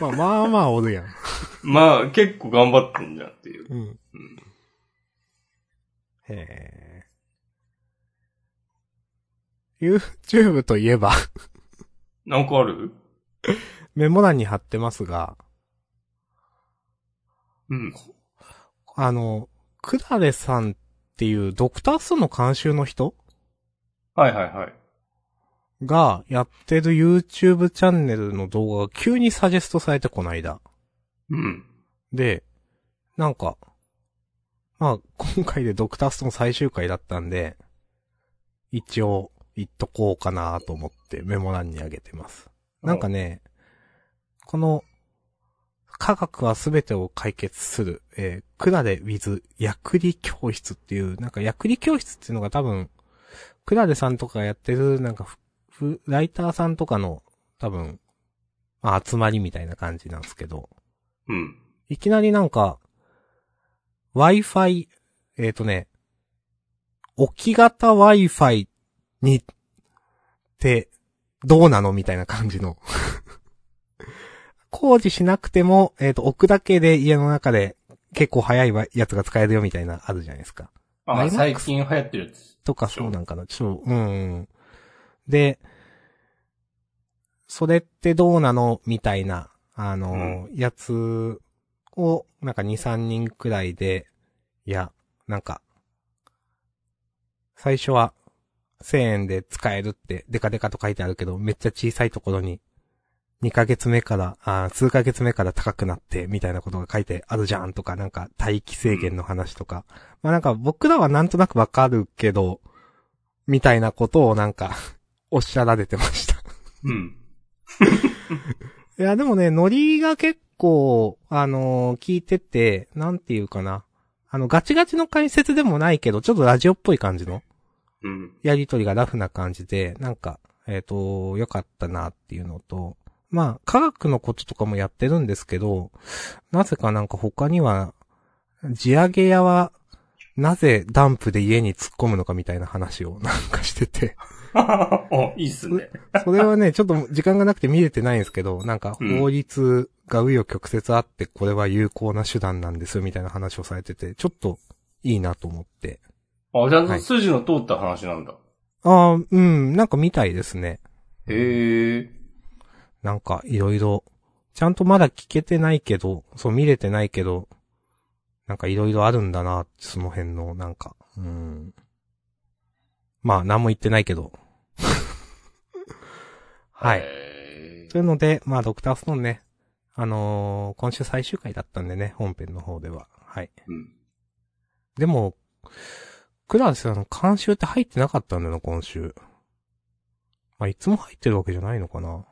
まあまあまあおるやん。まあ、結構頑張ってんじゃんっていう。うん。へえ。YouTube といえば、 なんかあるメモ欄に貼ってますが、うん。あの、くだれさんっていうドクタースの監修の人はいはいはい。がやってる YouTube チャンネルの動画が急にサジェストされてこないだ。うん。で、なんか、まあ、今回でドクターストーン最終回だったんで、一応、言っとこうかなと思ってメモ欄にあげてます。なんかね、この、科学はすべてを解決する、えー、クラレ with 薬理教室っていう、なんか薬理教室っていうのが多分、クラレさんとかがやってる、なんかふ、ふ、ライターさんとかの、多分、まあ、集まりみたいな感じなんですけど、うん。いきなりなんか、Wi-Fi、えっ、とね、置き型 Wi-Fi に、って、どうなのみたいな感じの。 工事しなくても、えっ、と、置くだけで家の中で結構早いわやつが使えるよみたいな、あるじゃないですか。あ、マイマッ最クス近流行ってるやつ。とかそうなんかな。そう、うんうん。で、それってどうなのみたいな、あの、やつを、なんか2、3人くらいで、いや、なんか、最初は1000円で使えるってデカデカと書いてあるけど、めっちゃ小さいところに、2ヶ月目から、あー数ヶ月目から高くなって、みたいなことが書いてあるじゃんとか、なんか待機制限の話とか。まあなんか僕らはなんとなくわかるけど、みたいなことをなんか、 おっしゃられてました。うん。いや、でもね、ノリが結構、あのー聞いてて、なんていうかな。あの、ガチガチの解説でもないけど、ちょっとラジオっぽい感じの うん。やりとりがラフな感じで、なんか、えっ、と、良かったなっていうのと、まあ、科学のこととかもやってるんですけど、なぜかなんか他には、地上げ屋は、なぜダンプで家に突っ込むのかみたいな話をなんかしてて、お、いいっすね。それはね、ちょっと時間がなくて見れてないんですけど、なんか法律が紆余曲折あって、これは有効な手段なんですよみたいな話をされてて、ちょっといいなと思って。あ、ちゃんはとい筋の通った話なんだ。ああ、うん、なんか見たいですね。へえ。なんかいろいろ、ちゃんとまだ聞けてないけど、そう見れてないけど、なんかいろいろあるんだな、その辺の、なんか、うん。まあ、何も言ってないけど。はい。へとーいうので、まあ、ドクターストーンね、あのー今週最終回だったんでね、本編の方では。はい。うん。でも、クラスあの、監修って入ってなかったんだよな、今週。まあ、いつも入ってるわけじゃないのかな。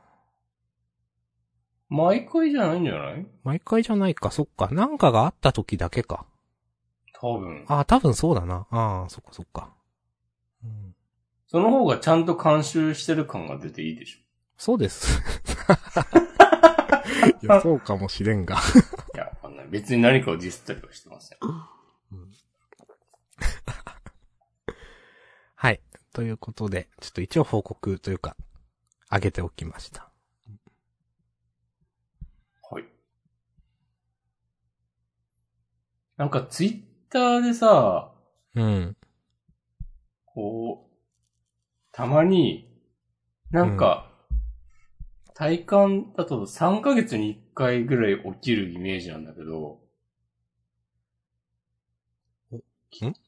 毎回じゃないんじゃない毎回じゃないか、そっか。なんかがあった時だけか。多分。ああ、多分そうだな。ああ、そっかそっか。うん、その方がちゃんと監修してる感が出ていいでしょ。そうです。 いや、そうかもしれんが。いや、わかんない。別に何かをディスったりはしてません。はい。ということで、ちょっと一応報告というか、あげておきました。はい。なんかツイッターでさ、うん。こう、たまに、なんか、体感だと3ヶ月に1回ぐらい起きるイメージなんだけどおん、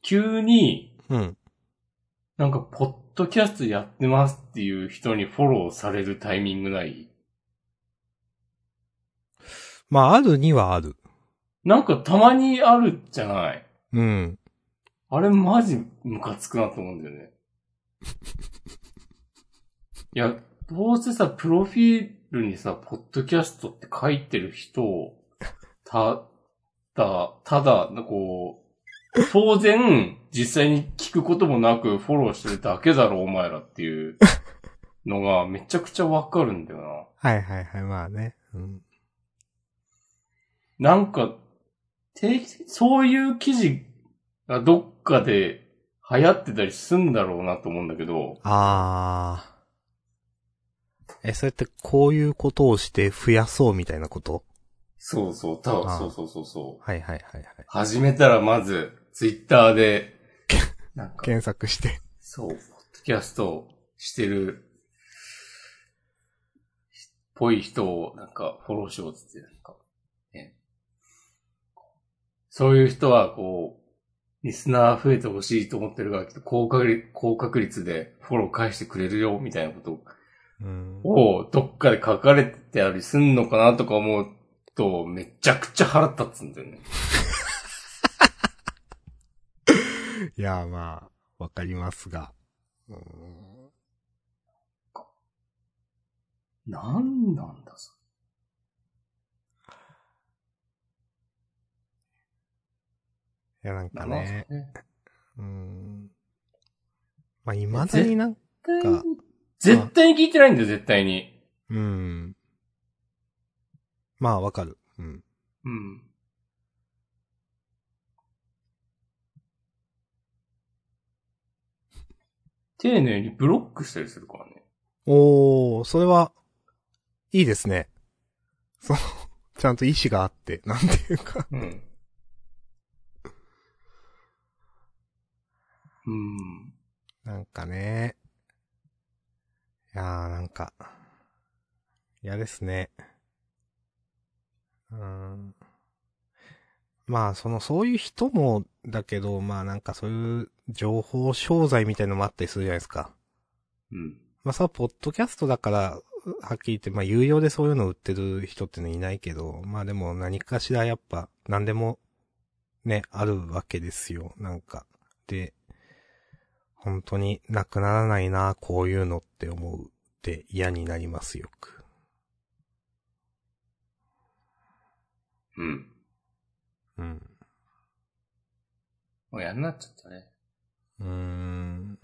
急に、うん。なんか、ポッドキャストやってますっていう人にフォローされるタイミングないまあ、あるにはある。なんかたまにあるじゃないうん。あれマジムカつくなと思うんだよね。いや、どうせさ、プロフィールにさ、ポッドキャストって書いてる人を、た、た、ただ、こう、当然、実際に聞くこともなくフォローしてるだけだろ、お前らっていうのがめちゃくちゃわかるんだよな。はいはいはい、まあね。うん。なんか、定期的にそういう記事がどっかで流行ってたりすんだろうなと思うんだけど、ああ。え、それってこういうことをして増やそうみたいなことそうそう、たああそうそうそうそう。はいはいはいはい。始めたらまず、ツイッター で、なんか、検索して。そう、ポッドキャストをしてる、っぽい人を、なんか、フォローしようっつって、なんか、ね。そういう人は、こう、リスナー増えてほしいと思ってるから、きっと高確率、高確率でフォロー返してくれるよ、みたいなことうん。を、どっかで書かれてたりすんのかなとか思うと、めちゃくちゃ腹立つんだよね。いや、まあ、わかりますが。うんなんなんだ、そいや、なんかまあね。ねうん。まあ、未だになんか、絶対に聞いてないんだよ、絶対に。うん。まあ、わかる。うん。うん。丁寧にブロックしたりするからね。おー、それは、いいですね。その、ちゃんと意志があって、なんていうか。うん。うん。なんかね。いやー、なんか、嫌ですね。うーん。まあ、その、そういう人も、だけど、まあなんかそういう情報商材みたいのもあったりするじゃないですか。うん。まあさ、ポッドキャストだから、はっきり言って、まあ有料でそういうの売ってる人ってのいないけど、まあでも何かしらやっぱ、何でも、ね、あるわけですよ、なんか。で、本当になくならないな、こういうのって思うって嫌になりますよく。うん。うん。もうやんなっちゃったね。うーん。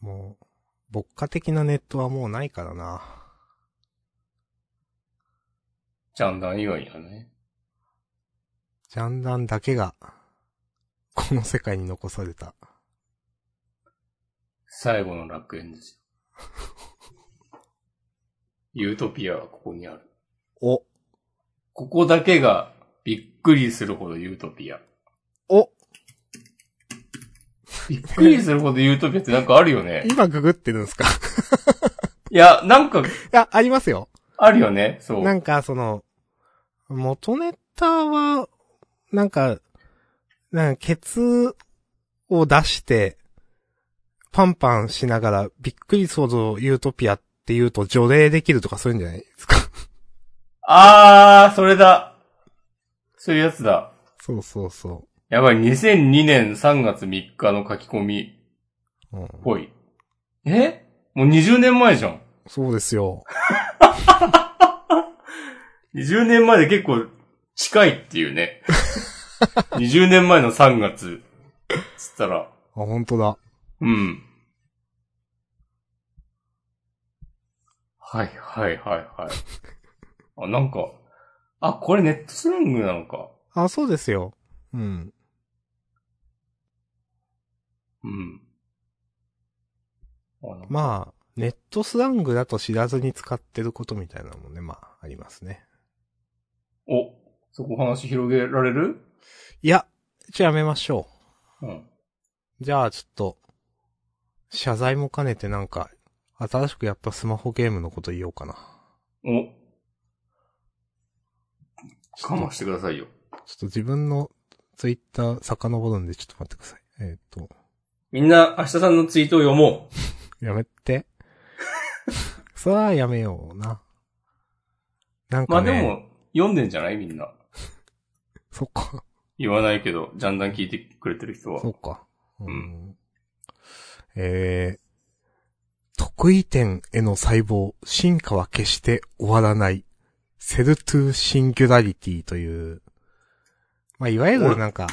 もう、牧歌的なネットはもうないからな。ジャンダン以外にはね。ジャンダンだけが、この世界に残された。最後の楽園です よ。ユートピアはここにある。お、ここだけがびっくりするほどユート ピア。おびっくりするほどユートピアってなんかあるよね。 今ググってるんですかいいや、なんかや、ありますよ。あるよね。そう。なんか、その、元ネタは、なんか、なんか、ケツを出して、パンパンしながら、びっくり想像ユートピアって言うと除霊できるとかそういうんじゃないですか。 あー、それだ。そういうやつだ。そうそうそやばい、2002年3月3日の書き込みう。うん、っぽい。えもう20年前じゃん。そうですよ。 20年前で結構近いっていう ね。20年前の3月。つったら。あ、本当だ。うん。はいはい はいはい。あ、なんか、あ、これネットスラングなのか。あ、そうですよ。うん。うん。あなんかまあ、ネットスラングだと知らずに使ってることみたいなのもね、まあ、ありますね。お、そこ話広げられるいや、じゃあやめましょう。うん。じゃあ、ちょっと、謝罪も兼ねてなんか、新しくやったスマホゲームのこと言おうかな。お。かましてくださいよ。ちょっと自分のツイッター遡るんでちょっと待ってください。えっ、と、みんな、明日さんのツイートを読もう。や めて。それはやめような。なんまかあでね、も、読んでんじゃないみんな。そっか、言わないけど、ジャンダン聞いてくれてる人はそ。っか。うんんえー、得意点への細胞、進化は決して終わらない。セルトゥシンギュラリティという、まあ、いわゆるなんか、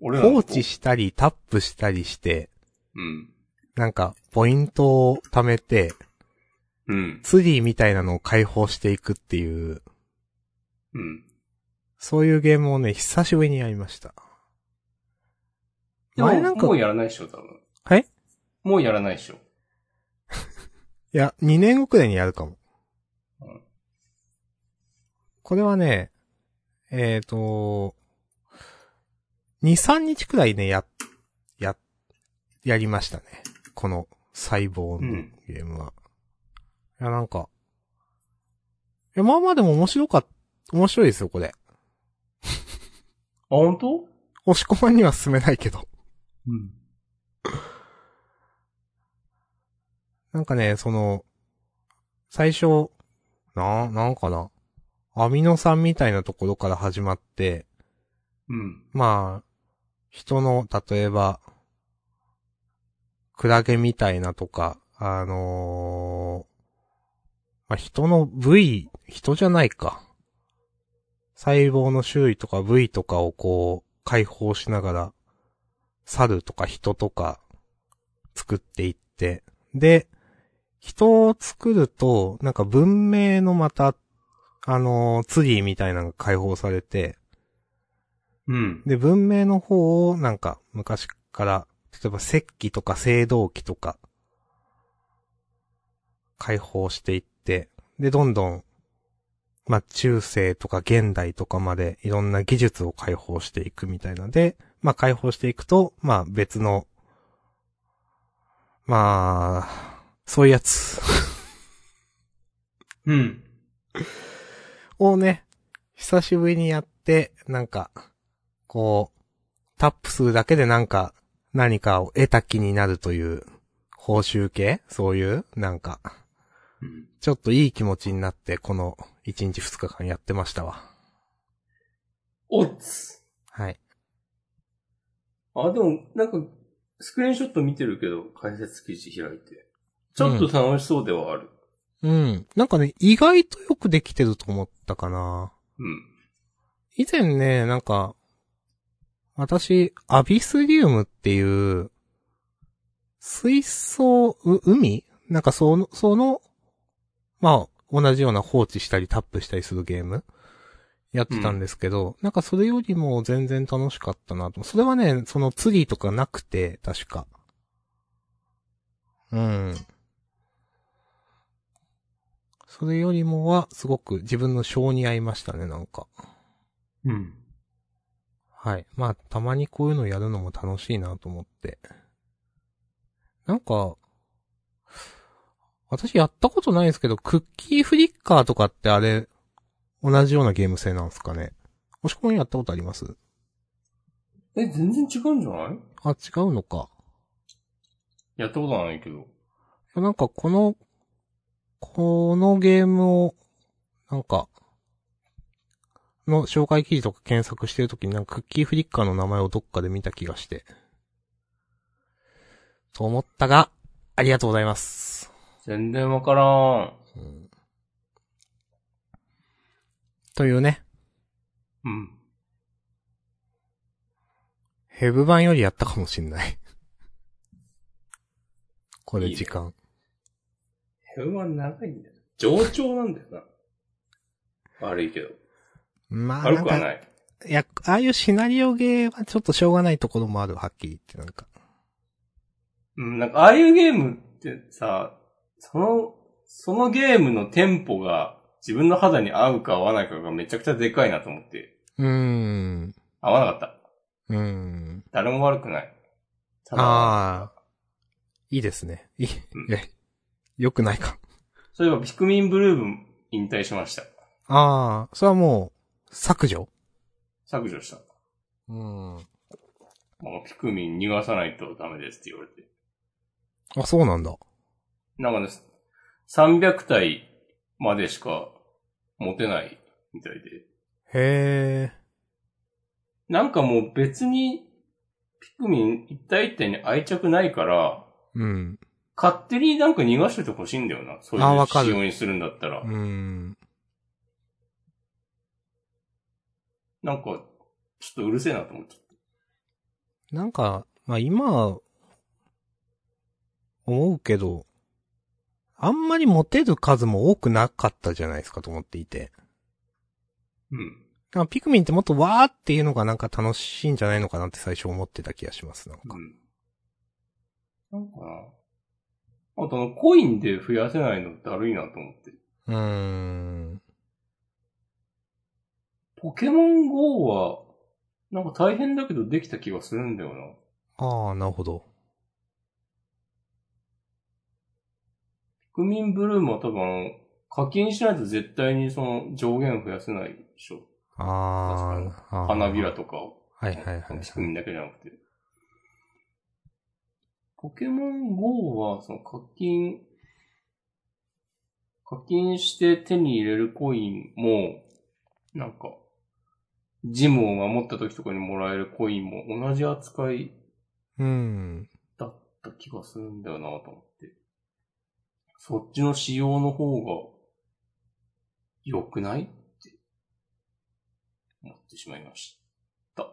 俺らの放置したりタップしたりして、うん。なんか、ポイントを貯めて、うん。ツリーみたいなのを解放していくっていう、うん。そういうゲームをね、久しぶりにやりました。でも前なんかもうやらないでしょ、多分。はいもうやらないでしょ。いや、2年遅れにやるかもうん。これはね、えっ、と、2、3日くらいね、や、や、やりましたね。この細胞うのんゲームは。いや、なんか、いや、まあまあでも面白かっ、面白いですよ、これ。あ、本当押し込まんには進めないけど。うん。なんかね、その、最初、な、なんかな。アミノ酸みたいなところから始まって、うん。まあ、人の、例えば、クラゲみたいなとか、あのーまあ、人の部位、人じゃないか。細胞の種類とか部位とかをこう、解放しながら、猿とか人とか作っていって、で、人を作ると、なんか文明のまた、あのーツリーみたいなのが解放されて、うん。で、文明の方を、なんか、昔から、例えば石器とか青銅器とか、解放していって、で、どんどん、まあ、中世とか現代とかまでいろんな技術を解放していくみたいなので、まあ、解放していくと、まあ、別の、まあ、そういうやつ うん。をね、久しぶりにやって、なんか、こう、タップするだけでなんか、何かを得た気になるという、報酬系そういう、なんか、うん。ちょっといい気持ちになって、この1日2日間やってましたわ。おつ。はい。あ、でも、なんか、スクリーンショット見てるけど、解説記事開いて。ちょっと楽しそうではある。うん。なんかね、意外とよくできてると思ったかな。うん。以前ね、なんか、私、アビスリウムっていう、水槽、う海なんかその、その、まあ、同じような放置したりタップしたりするゲームやってたんですけど、なんかそれよりも全然楽しかったなと。それはね、そのツリーとかなくて、確か。うん。それよりもは、すごく自分の性に合いましたね、なんか。うん。はい。まあ、たまにこういうのやるのも楽しいなと思って。なんか、私やったことないですけど、クッキーフリッカーとかってあれ、同じようなゲーム性なんですかね。もしこにやったことありますえ、全然違うんじゃないあ、違うのか。やったことはないけど。なんかこの、このゲームを、なんか、の紹介記事とか検索してるときになんかクッキーフリッカーの名前をどっかで見た気がして。と思ったが、ありがとうございます。全然わからん。うんというね、うん。ヘブ版よりやったかもしんない。 これ時間。ヘブは長いんだよ。上長なんだよな。悪いけど。まあ、悪なんくはか、ない。いや、ああいうシナリオゲーはちょっとしょうがないところもある、はっきり言ってなんか。うん、なんか、ああいうゲームってさ、その、そのゲームのテンポが自分の肌に合うか合わないかがめちゃくちゃでかいなと思って、うーん。合わなかった。うーん。誰も悪くない。ただ、ああ。いいですね。いいうん。え、よくないか。そういえばピクミンブルーブン引退しました。ああ、それはもう、削除削除した。うん。あ、もうピクミン逃がさないとダメですって言われて。そうなんだ。なんかね、300体までしか持てないみたいで。へえ。なんかもう別に、ピクミン一体一体に愛着ないから、うん。勝手になんか逃がしててほしいんだよな。そういあわうかる仕様にするんだったら。うーん。なんか、ちょっとうるせえなと思っちゃっなんか、まあ今、思うけど、あんまりモテる数も多くなかったじゃないですかと思っていて。た。うん。だからピクミンってもっとわーっていうのがなんか楽しいんじゃないのかなって最初思ってた気がします。なんかうん。なんかな。あとあの、コインで増やせないのだるいなと思って。うーん。ポケモン GO は、なんか大変だけどできた気がするんだよな。ああ、なるほど。ピクミンブルームは多分あの、課金しないと絶対にその上限増やせないでしょ。あ確あ。花びら。とかを。はいはいはい。仕組みだけじゃなくて。ポケモン GO は、その課金、課金して手に入れるコインも、なんか、ジムを守った時とかにもらえるコインも同じ扱いうん。だった気がするんだよなと思って。そっちの仕様の方が良くないって思ってしまいました。あり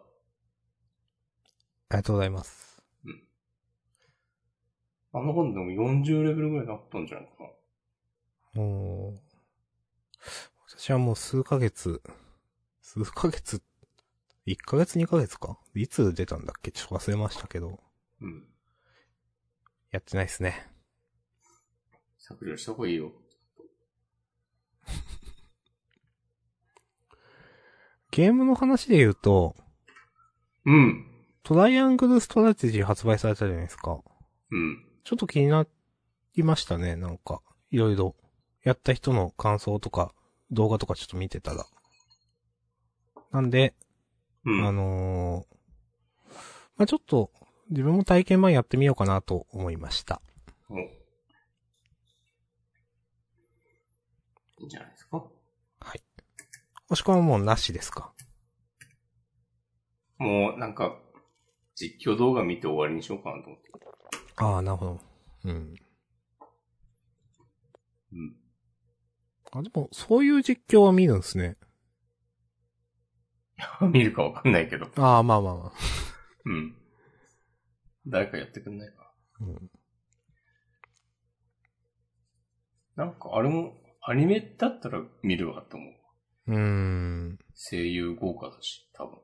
がとうございます。あの本でも40レベルぐらいになったんじゃないかな。もう、私はもう数ヶ月、数ヶ月、1ヶ月2ヶ月かいつ出たんだっけちょっと忘れましたけど、うん。やってないですね。削除した方がいいよ。ゲームの話で言うと、うん。トライアングルストラテジー発売されたじゃないですか。うん。ちょっと気になりましたね、なんか。いろいろ。やった人の感想とか、動画とかちょっと見てたら。なんで、うん。あのーまあちょっと、自分も体験版やってみようかなと思いました。おいいんじゃないですかもしくはもうなしですか。もう、なんか、実況動画見て終わりにしようかなと思って。ああ、なるほど。うん。うん。あ、でも、そういう実況は見るんですね。見るかわかんない けど。ああ、まあまあまあ。うん。誰かやってくんないかうん、な。なんか、あれも、アニメだったら見るわと思う。うーん。声優豪華だし、多分。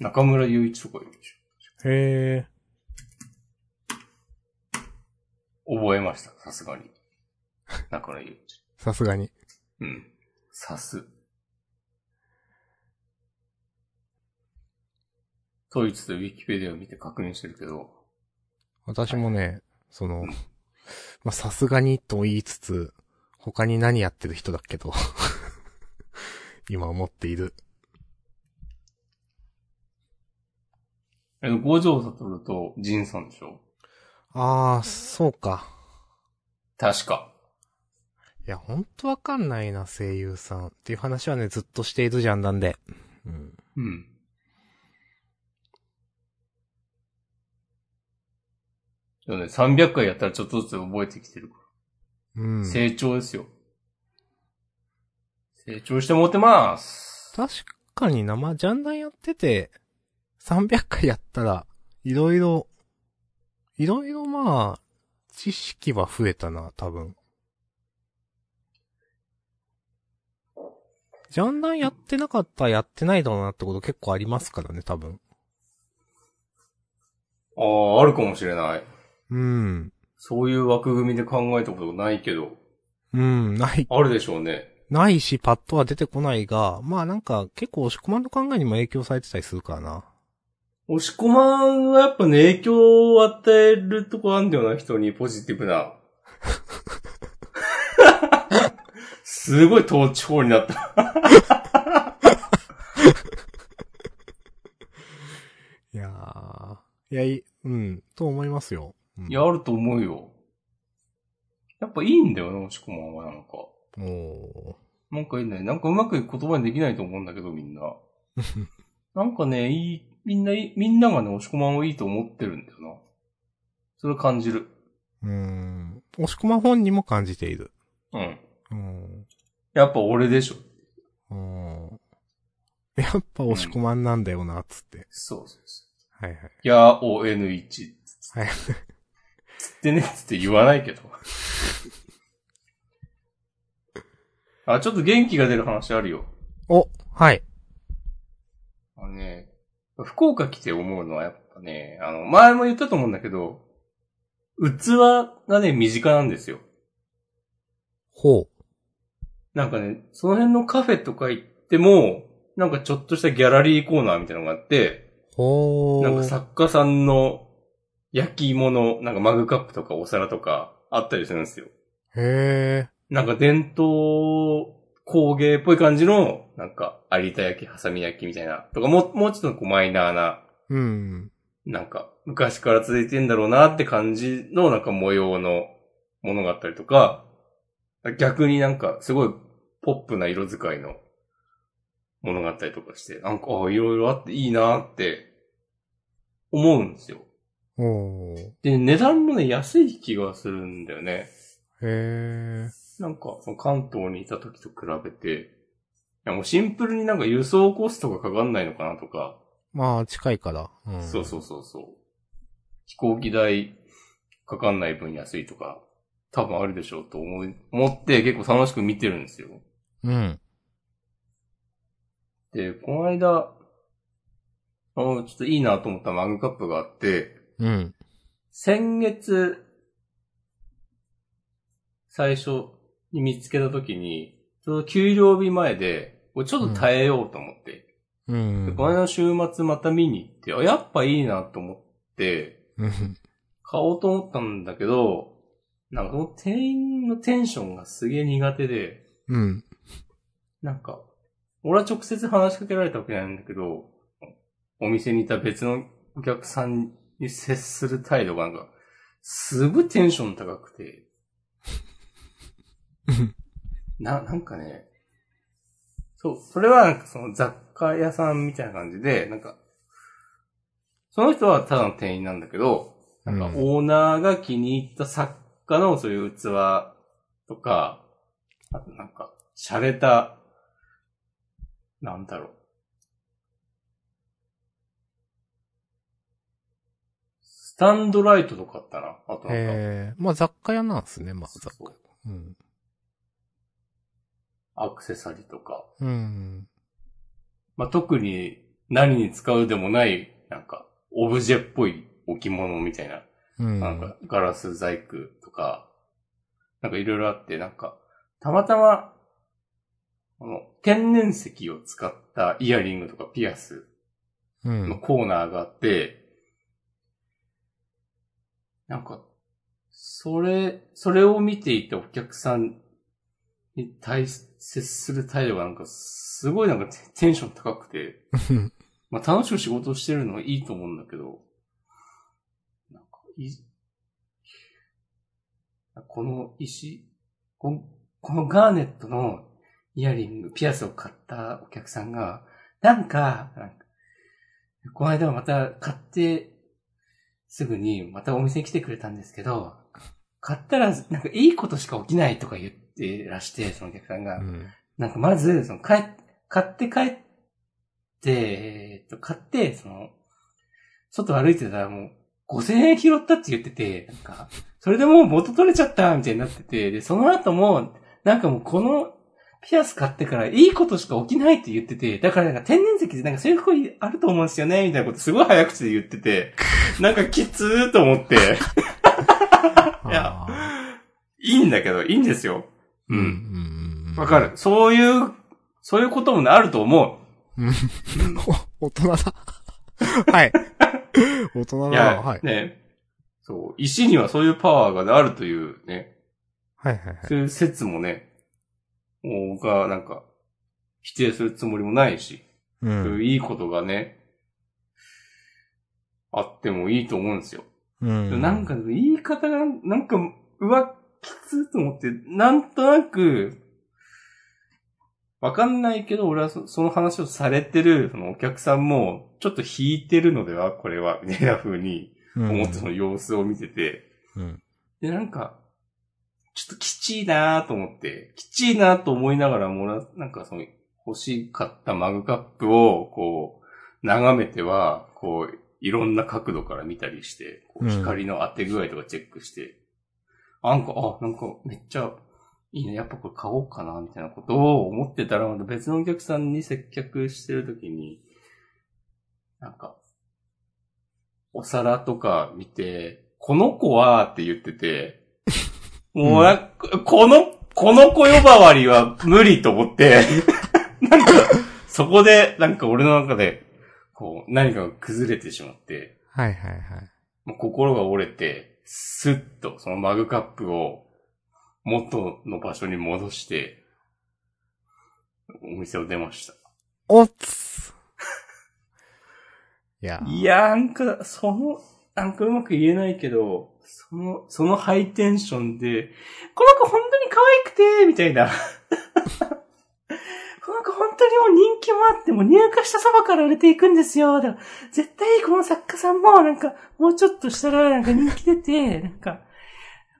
中村雄一とかいるでしへえ。ょ。覚えました、さすがに。中村雄一。さすがに。うん。さす。と言ってたウィキペディアを見て確認してるけど、私もね、その、まあ、さすがにと言いつつ、他に何やってる人だっけと、 今思っている。え、五条悟と仁さんでしょああ、そうか。確か。いや、ほんとわかんないな、声優さん。っていう話はね、ずっとしているじゃんだんで。うん。うん。でもね、300回やったらちょっとずつ覚えてきてるかうら。ん。成長ですよ。成長してもってます。確かに生ジャンダンやってて、300回やったら、いろいろ、いろいろまあ、知識は増えたな、多分。ジャンダンやってなかったらやってないだろうなってこと結構ありますからね、多分。ああ、あるかもしれない。うん。そういう枠組みで考えたことないけど、うん、ない、あるでしょうね。ないし、パッとは出てこないが、まあなんか結構押し込まんの考えにも影響されてたりするからな。押し込まんはやっぱね、影響を与えるとこあんだよな、人に、ポジティブな。すごい統治法になった。いやー。いや、いうん、と思いますよ。うんいや、あると思うよ。やっぱいいんだよな、押し込まんはなんか。おー。なんかいいね。なんかうまく言葉にできないと思うんだけど、みんな。なんかね、いい、みんないい、みんながね、押し込まんをいいと思ってるんだよな。それ感じる。うーん。押し込ま本人も感じている。うん。うーん。やっぱ俺でしょ。うーん。やっぱ押し込まんなんだよな、つって。そうそうそう。はいはい。いやー、ON1。つってはいつってね、つって言わないけど。あ、ちょっと元気が出る話あるよ。おはい。あのね、福岡来て思うのはやっぱね、あの、前も言ったと思うんだけど、器がね、身近なんですよ。ほなんかね、その辺のカフェとか行っても、なんかちょっとしたギャラリーコーナーみたいなのがあって、う。ほー。なんか作家さんの焼き物、なんかマグカップとかお皿とかあったりするんですよ。へなんか伝統工芸っぽい感じの、なんか有田焼き、ハサミ焼きみたいな、とかも、もうちょっとこうマイナーな、ー。うん。なんか昔から続いてんだろうなって感じのなんか模様のものがあったりとか、逆になんかすごいポップな色使いのものがあったりとかして、なんかあいろいろあっていいなって思うんですよ。おー。で、値段もね、安い気がするんだよね。へー。なんか、その関東にいた時と比べて、いやもうシンプルになんか輸送コストがかかんないのかなとか、まあ、近いから。うん。そうそうそうそう。飛行機代かかんない分安いとか、多分あるでしょうと思い、思って結構楽しく見てるんですよ。う。うん。で、この間、あの、ちょっといいなと思ったマグカップがあって、うん。先月、最初に見つけた時に、ちょうど給料日前で、これちょっと耐えようと思って、うんで。この間の週末また見に行って、あ、やっぱいいなと思って、うん。買おうと思ったんだけど、なんかその店員のテンションがすげえ苦手で、うん。なんか、俺は直接話しかけられたわけじゃないんだけど、お店にいた別のお客さんに接する態度がなんか、すごいテンション高くてうん。な、なんかね、そう、それはなんかその雑貨屋さんみたいな感じで、なんか、その人はただの店員なんだけど、なんかうんオーナーが気に入った作家のそういう器とか、あとなんか、洒落た、なんだろう。スタンドライトとかあったな。あとな んか、ええまあ雑貨屋なんですね、まあ雑貨。うん。アクセサリーとか。うん。まあ、特に何に使うでもない、なんか、オブジェっぽい置物みたいな。うん。なんか、ガラス細工とか、なんかいろいろあって、なんか、たまたま、この天然石を使ったイヤリングとかピアスうのん。コーナーがあって、なんか、それ、それを見ていたお客さんに対し、接する態度がなんか、すごいなんかテテンション高くて、 まあ楽しく仕事してるのはいいと思うんだけど、なんか、い、この石、こんこのガーネットのイヤリング、ピアスを買ったお客さんが、なんか、なんかこの間また買って、すぐにまたお店に来てくれたんですけど、買ったらなんかいいことしか起きないとか言ってらして、そのお客さんが。うん。なんかまず、その、帰、買って帰って、えーっと、買って、その、外歩いてたらもう、5000円拾ったって言ってて、なんか、それでもう元取れちゃった、みたいになってて、で、その後も、なんかもうこの、ピアス買ってからいいことしか起きないって言ってて、だからなんか天然石でなんかそういうことあると思うんですよね、みたいなことすごい早口で言ってて、なんかきつーと思って、いやあいいんだけど、いいんですよ。ー。うん。うん。わかる。そういう、そういうこともねあると思うん。大人だ。はい。大人う。だいや、な。はい。ね。そう。石にはそういうパワーがねあるというね、はいはいはい。そういう説もね、もう僕はなんか、否定するつもりもないし、うそういん。ういいことがね、あってもいいと思うんですよ。うん。なんか、言い方が、なんか、うわ、きつーと思って、なんとなく、わかんないけど、俺はそその話をされてる、そのお客さんも、ちょっと引いてるのでは、これは、みたいな風にうん、思ってその様子を見てて、うん。で、なんか、ちょっときちいなーと思って、きちいなーと思いながらもら、なんかその、欲しかったマグカップを、こう、眺めては、こう、いろんな角度から見たりして、こううん光の当て具合とかチェックして、あなんか、あ、なんかめっちゃいいね、やっぱこれ買おうかな、みたいなことを思ってたら、また別のお客さんに接客してるときに、なんか、お皿とか見て、この子はって言ってて、もうな、この、この子呼ばわりは無理と思って、 なんか、そこで、なんか俺の中で、こう、何かが崩れてしまって、はいはいはい。もう心が折れて、スッとそのマグカップを元の場所に戻して、お店を出ました。おっついや。いやーなんか、その、なんかうまく言えないけど、その、そのハイテンションで、この子本当に可愛くて、みたいな。 この子本当にもう人気もあって、もう入荷したそばから売れていくんですよ。だから、絶対この作家さんも、なんか、もうちょっとしたら、なんか人気出て、なんか、なん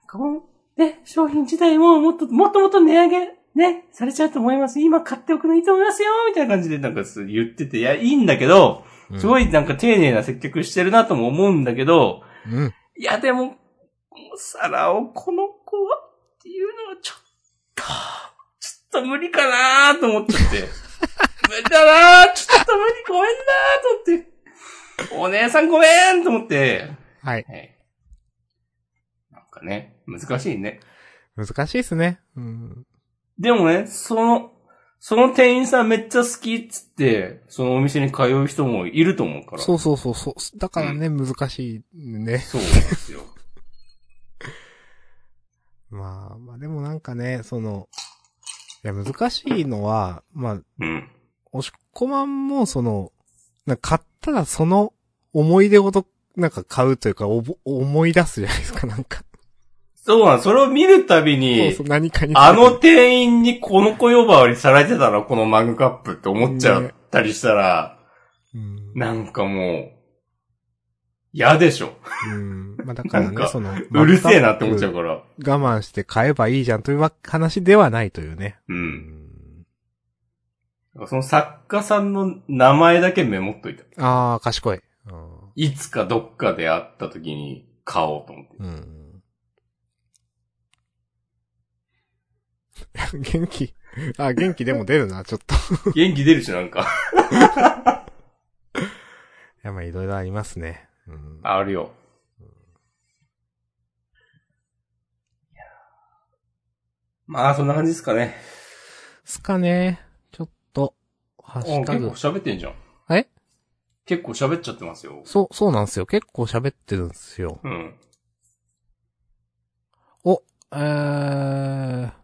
かもうね、商品自体ももっと、もっともっと値上げ、ね、されちゃうと思います。今買っておくのいいと思いますよみたいな感じでなんかす言ってて、いや、いいんだけど、すごい。いなんか丁寧な接客してるなとも思うんだけど、うん。いや、でも、お皿をこの子はっていうのはちょっと、ちょっと無理かなーと思っちゃって。無理だなーちょっと無理ごめんなーと思って。お姉さんごめんと思って。はい。はい。なんかね、難しいね。難しいですね。うん。でもね、その、その店員さんめっちゃ好きっつって、そのお店に通う人もいると思うから。そうそうそうそう。だからね、難しいね。そうなんですよ。まあ、まあでもなんかね、その、いや、難しいのは、まあ、うん。押し込まんも、その、なんか買ったらその思い出ごと、なんか買うというか、おぼ思い出すじゃないですか、 なんか。そうなん、それを見るたびに、そうそう、何かに。あの店員にこの子呼ばわりされてたら、このマグカップって思っちゃったりしたら、うん、なんかもう、嫌でしょ。うん。まあだからなんね、かその、うるせえなって思っちゃうから。我慢して買えばいいじゃんというわ話ではないというね。う。うんん、その作家さんの名前だけメモっといた。ああ、賢い。うんいつかどっかで会った時に買おうと思って。うん。元気。あ、元気でも出るな、ちょっと。い元気出るし、なんか。 や、まあいろいろありますね。うん。あるよ。いやーまあ、そんな感じですかね。すかね。ちょっと、ハッシおュ結タ構グ。喋ってんじゃん。え結構喋っちゃってますよ。そう、そうなんですよ。結構喋ってるんですよ。うん。お、えー。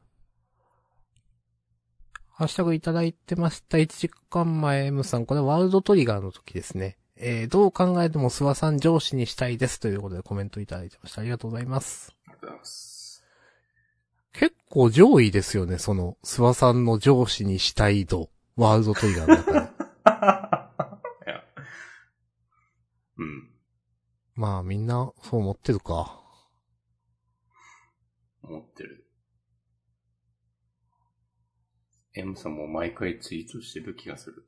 ハッシュタグいただいてました。1時間前、M さん。これワールドトリガーの時ですね。えー、どう考えても諏訪さん上司にしたいです。ということでコメントいただいてました。ありがとうございます。ありがとうございます。結構上位ですよね、その、諏訪さんの上司にしたい度、ワールドトリガーの中 いで。やうん。まあみんな、そう思ってるか。思ってる。M さんも毎回ツイートしてる気がす る。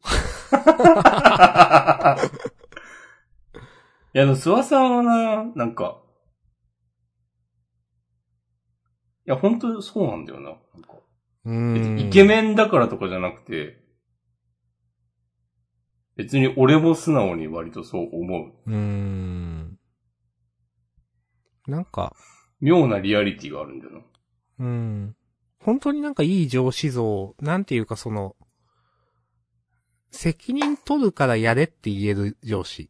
いや、でも、諏訪さんはな、なんか、いや、本当そうなんだよな。なんかう別ーん。にイケメンだからとかじゃなくて、別に俺も素直に割とそう思う。うーん。なんか、妙なリアリティがあるんだよな。うん。本当になんかいい上司像、なんていうかその、責任取るからやれって言える上司っ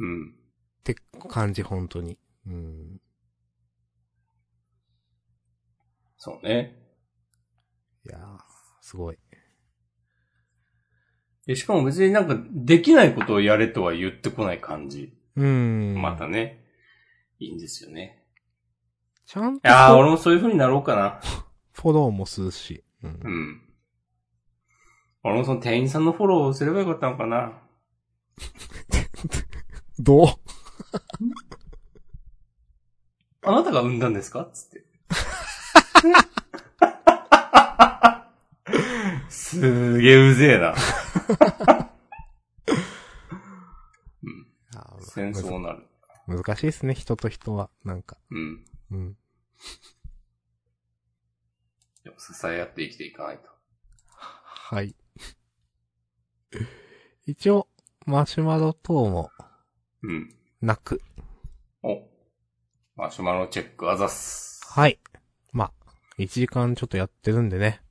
うん。て感じ、本当に。うん。そうね。いやー、すごい。で、しかも別になんか、できないことをやれとは言ってこない感じ。うーん。またね。いいんですよ ね。ちゃんいとやー、フォ俺もそういう風になろうかな。フォローもするし。うんうん。俺もその店員さんのフォローをすればよかったのかな。どうあなたが産んだんですかつ って。すーげえうぜえな。戦争なる。むず難しいですね、人と人は。なんか。うん。うん。でも支え合って生きていかないと。はい。 一応、マシュマロ等もうん。なく。お。マシュマロチェックあざっす。はい。まあ、1時間ちょっとやってるんでね。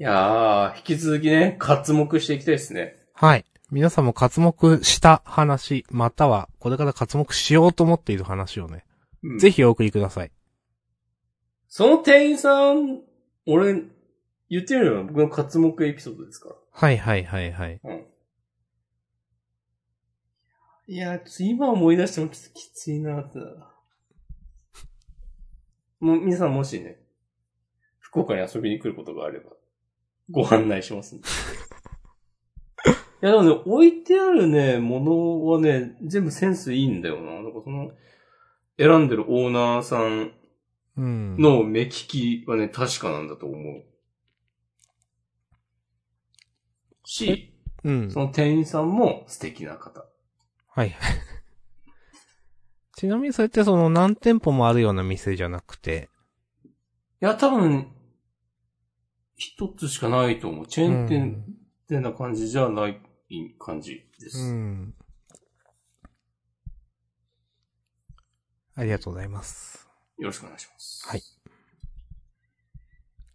いやー、引き続きね、活目していきたいですね。はい。皆さんも活目した話、または、これから活目しようと思っている話をね、うんぜひお送りください。その店員さん、俺、言ってみれば僕の活目エピソードですから。はいはいはいはい。いやー、ちょっと今思い出してもちょっときついなってな。もう、皆さんもしね、福岡に遊びに来ることがあれば、ご案内しますんで。いや、でもね、置いてあるね、ものはね、全部センスいいんだよな。なんかその、選んでるオーナーさんうん。の目利きはね、確かなんだと思う。し、うんそ。の店員さんも素敵な方。はい。ちなみにそれってその何店舗もあるような店じゃなくて、いや、多分、一つしかないと思う。チェーン店ってな感じじゃない感じでうす。ん。ありがとうございます。よろしくお願いします。はい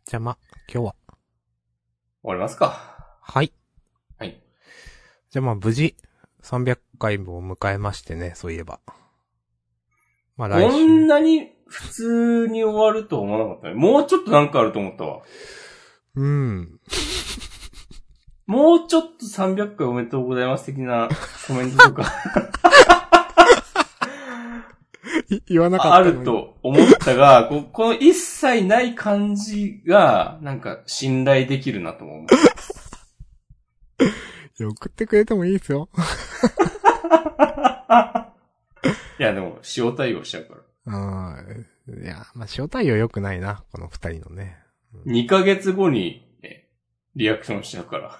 じゃあま、今日は。終わりますか。はい。はい。じゃあまあ無事、300回も迎えましてね、そういえば。まあ来こ週ん。なに普通に終わると思わなかったね。もうちょっとなんかあると思ったわ。うん。もうちょっと300回おめでとうございます的な コメントとか 言わなあのにる。と思ったが、ここの一切ない感じが、なんか信頼できるなとも思う。いや送ってくれてもいいですよ。いや、でも、塩対応しちゃうから。うん。いや、まあ塩対応良くないな、この二人のね。 2ヶ月後に、ね、リアクションしちゃうから。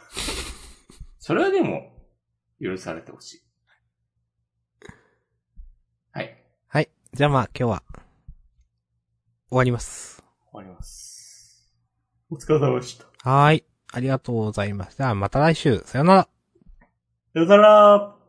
それはでも、許されてほしい。はい。はい。じゃあまあ今日は、終わります。終わります。お疲れ様でした。はーい。ありがとうございました。また来週。さよなら。さよなら